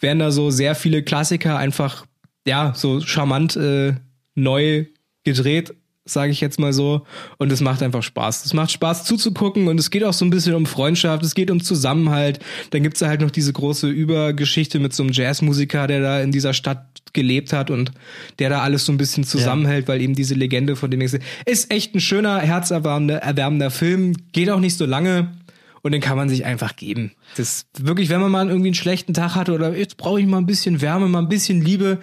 werden da so sehr viele Klassiker einfach, ja, so charmant äh, neu gedreht, sage ich jetzt mal so. Und es macht einfach Spaß. Es macht Spaß zuzugucken und es geht auch so ein bisschen um Freundschaft, es geht um Zusammenhalt. Dann gibt's da halt noch diese große Übergeschichte mit so einem Jazzmusiker, der da in dieser Stadt gelebt hat und der da alles so ein bisschen zusammenhält, halt, weil eben diese Legende von dem nächsten ist echt ein schöner, herzerwärmender erwärmender Film, geht auch nicht so lange und den kann man sich einfach geben. Das wirklich, wenn man mal irgendwie einen schlechten Tag hatte oder jetzt brauche ich mal ein bisschen Wärme, mal ein bisschen Liebe,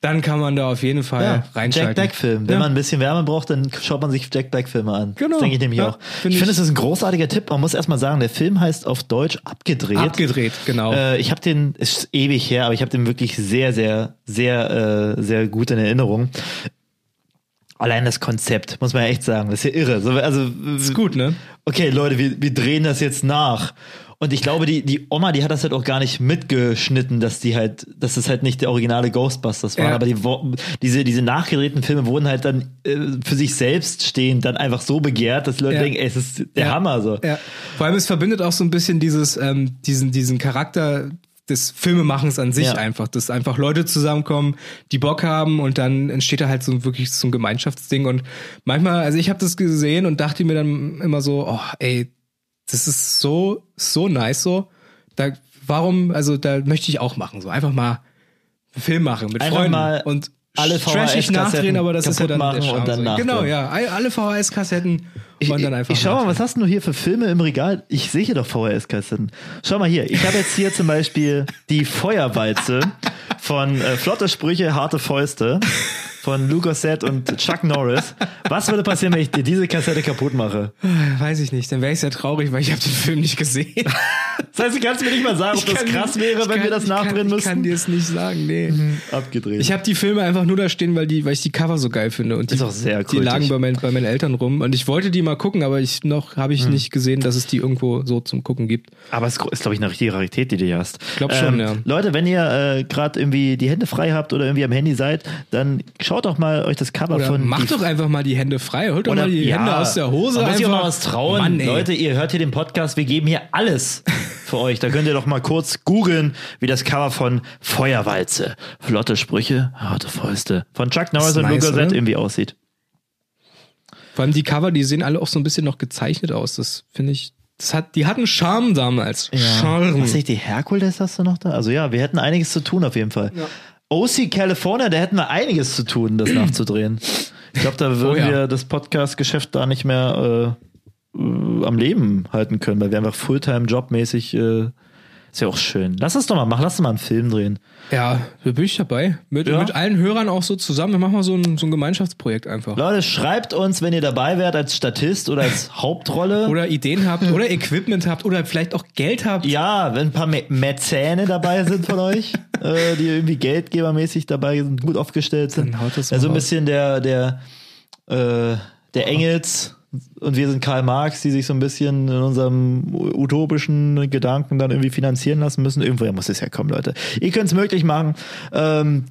dann kann man da auf jeden Fall
Ja,
reinschalten.
Jack Black Film. Wenn
Ja.
man ein bisschen Wärme braucht, dann schaut man sich Jack Black Filme an.
Genau.
Das denke ich nämlich
Ja,
auch.
find
ich finde,
ich-
es ist ein großartiger Tipp. Man muss erstmal sagen, der Film heißt auf Deutsch Abgedreht.
Abgedreht, genau.
Äh, ich habe den, ist ewig her, aber ich habe den wirklich sehr, sehr, sehr, äh, sehr gut in Erinnerung. Allein das Konzept, muss man ja echt sagen, das ist ja irre. So, also,
ist gut, ne?
okay, Leute, wir, wir drehen das jetzt nach. Und ich glaube, die, die Oma, die hat das halt auch gar nicht mitgeschnitten, dass die halt, dass das halt nicht der originale Ghostbusters war.
Ja.
Aber die, wo- diese, diese nachgedrehten Filme wurden halt dann äh, für sich selbst stehend dann einfach so begehrt, dass die Leute
Ja.
denken, ey, es ist der
Ja.
Hammer. So.
Ja. Vor allem, es verbindet auch so ein bisschen dieses, ähm, diesen, diesen Charakter des Filmemachens an sich
Ja.
einfach, dass einfach Leute zusammenkommen, die Bock haben und dann entsteht da halt so ein- wirklich so ein Gemeinschaftsding und manchmal, also ich habe das gesehen und dachte mir dann immer so, oh, ey, das ist so so nice so, da warum, also da möchte ich auch machen so, einfach mal Film machen mit
Einfach
Freunden
mal
und
alle
trashig
VHS-Kassetten
nachdrehen, aber das ist ja
kaputt
dann
machen
der Charme.
und dann
so.
nachdrehen.
Genau, ja, All- alle VHS-Kassetten
Ich,
und dann
ich,
einfach.
ich schau mal, was hast denn du hier für Filme im Regal? Ich sehe hier doch VHS-Kassetten. Schau mal hier, ich habe jetzt hier zum Beispiel die Feuerwalze von äh, Flotte Sprüche, harte Fäuste von Lou Gossett und Chuck Norris. Was würde passieren, wenn ich dir diese Kassette kaputt mache?
nachdrehen. Weiß ich nicht, dann wäre ich sehr traurig, weil ich habe den Film nicht gesehen.
Das heißt, du kannst mir nicht mal sagen, ob das krass wäre, wenn wir das nachdrehen
Ich kann
müssten. Mhm.
dir es nicht sagen, nee.
Abgedreht.
Ich habe die Filme einfach nur da stehen, weil, die, weil ich die Cover so geil finde. Und die,
Ist auch sehr
die
kultig.
lagen bei, mein, bei meinen Eltern rum und ich wollte die mal gucken, aber ich noch habe
Mhm.
ich nicht gesehen, dass es die irgendwo so zum Gucken gibt.
Aber es ist, glaube ich, eine richtige Rarität, die du hier hast. Ähm,
Glaub schon, ja.
Leute, wenn ihr äh, gerade irgendwie die Hände frei habt oder irgendwie am Handy seid, dann schaut doch mal euch das Cover
Oder
von. die-
macht doch einfach mal die Hände frei, holt doch
oder-
mal die
ja,
Hände aus der Hose.
Man muss sich auch
einfach.
mal was trauen.
Mann, ey.
Leute, ihr hört hier den Podcast, wir geben hier alles für euch. Da könnt ihr doch mal kurz googeln, wie das Cover von Feuerwalze, flotte Sprüche, harte Fäuste von Chuck Norris
Ist
und
nice,
Luca Zett
oder?
irgendwie aussieht.
Vor allem die Cover, die sehen alle auch so ein bisschen noch gezeichnet aus. Das finde ich. Das hat, die hatten Charme damals. Charme.
Hast du nicht die Herkules hast du noch da? Also ja, wir hätten einiges zu tun auf jeden Fall. OC California, da hätten wir einiges zu tun, das nachzudrehen. Ich glaube, da würden
Oh ja.
wir das Podcast-Geschäft da nicht mehr äh, äh, am Leben halten können, weil wir einfach Fulltime-Jobmäßig äh, ist ja auch schön. Lass es doch mal machen, lass uns mal einen Film drehen.
Ja, da bin ich dabei. Mit,
Ja.
mit allen Hörern auch so zusammen. Wir machen mal so ein, so ein Gemeinschaftsprojekt einfach.
Leute, schreibt uns, wenn ihr dabei wärt als Statist oder als Hauptrolle.
Oder Ideen habt oder Equipment habt oder vielleicht auch Geld habt.
ja, wenn ein paar Mä Mäzähne dabei sind von euch, äh, die irgendwie geldgebermäßig dabei sind, gut aufgestellt sind.
Dann haut das mal
also ein
raus.
bisschen der, der, äh, der Engels und wir sind Karl Marx, die sich so ein bisschen in unserem utopischen Gedanken dann irgendwie finanzieren lassen müssen. Irgendwoher muss es herkommen, Leute. Ihr könnt es möglich machen. Ähm,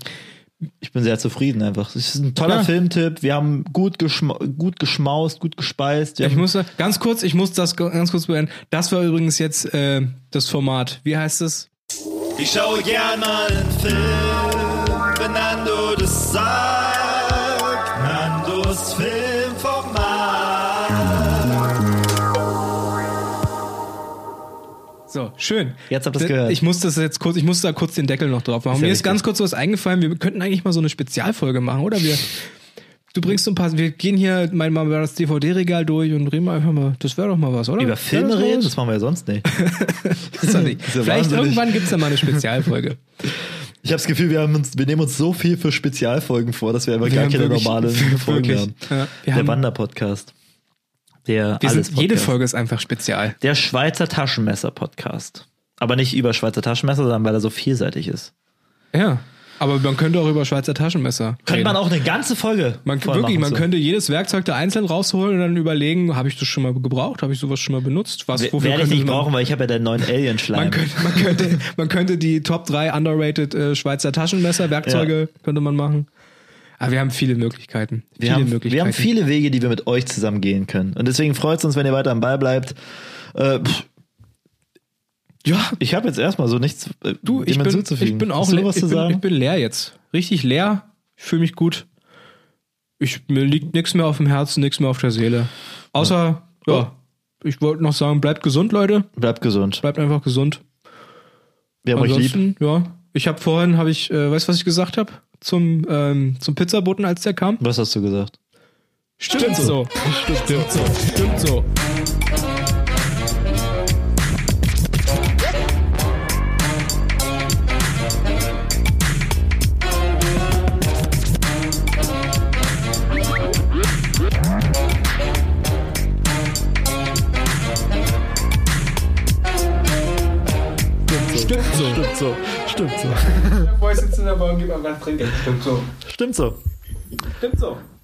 ich bin sehr zufrieden einfach. Es ist ein toller
Ja.
Filmtipp. Wir haben gut, geschma gut geschmaust, gut gespeist. Wir
Ich
haben
muss ganz kurz, ich muss das ganz kurz beenden. Das war übrigens jetzt äh, das Format. Wie heißt es?
Ich schaue gern mal einen Film, wenn Nando das sagt. Nandos Filmformat.
So, schön.
Jetzt habt ihr's
D-
gehört.
Ich muss das jetzt kurz, ich muss da kurz den Deckel noch drauf machen.
ja
Mir ist
richtig.
ganz kurz was eingefallen. Wir könnten eigentlich mal so eine Spezialfolge machen, oder? Wir, du bringst so ein paar, wir gehen hier mein, mal das DVD-Regal durch und reden mal einfach mal, das wäre doch mal was, oder?
Über
Wär
Filme
das mal
reden?
was?
Das machen wir ja sonst nicht.
Ist doch nicht.
Ist ja
Vielleicht
wahnsinnig.
irgendwann gibt es ja mal eine Spezialfolge.
Ich habe das Gefühl, wir, haben uns, wir nehmen uns so viel für Spezialfolgen vor, dass wir einfach gar
haben
keine
wirklich-
normalen
wirklich,
Folgen haben.
ja, wir
Der
haben-
Wanderpodcast. Der
Wir
alles
sind, jede
Podcast.
Folge ist einfach spezial.
Der Schweizer Taschenmesser-Podcast. Aber nicht über Schweizer Taschenmesser, sondern weil er so vielseitig ist.
Ja. Aber man könnte auch über Schweizer Taschenmesser.
Könnte
reden.
man auch eine ganze Folge.
Man,
voll
wirklich,
machen,
man
so.
könnte jedes Werkzeug da einzeln rausholen und dann überlegen, habe ich das schon mal gebraucht? Habe ich sowas schon mal benutzt? Was,
W-
wofür
Werde ich
könnte
nicht
man-
brauchen, weil ich habe ja den neuen Alien-Schleim.
Man könnte, man, könnte, man könnte die Top 3 underrated äh, Schweizer Taschenmesser, Werkzeuge könnte man machen. Aber wir haben viele Möglichkeiten.
Wir
viele
haben,
Möglichkeiten.
wir haben viele Wege, die wir mit euch zusammen gehen können. Und deswegen freut es uns, wenn ihr weiter am Ball bleibt. Äh, pff,
Ja,
ich habe jetzt erstmal so nichts äh,
du, ich
dem
bin,
hinzuzufügen.
ich bin auch
Hast du
leer.
was
Ich
zu
bin,
sagen?
ich bin leer jetzt. Richtig leer. Ich fühle mich gut. Ich, mir liegt nichts mehr auf dem Herzen, nichts mehr auf der Seele. Außer, ja, ich wollte noch sagen, bleibt gesund, Leute.
Bleibt gesund.
Bleibt einfach gesund.
Wir haben euch lieb.
Ansonsten, ja. Ich habe vorhin, habe ich, äh, weißt du, was ich gesagt habe? Zum, ähm, zum Pizzaboten, als der kam?
Was hast du gesagt?
Stimmt so. Stimmt so. Stimmt so. Stimmt so.
Stimmt so. Stimmt so.
Der Boy sitzt in der Bahn und gibt einem ganz Trinkgeld. Stimmt so.
Stimmt so.
Stimmt so.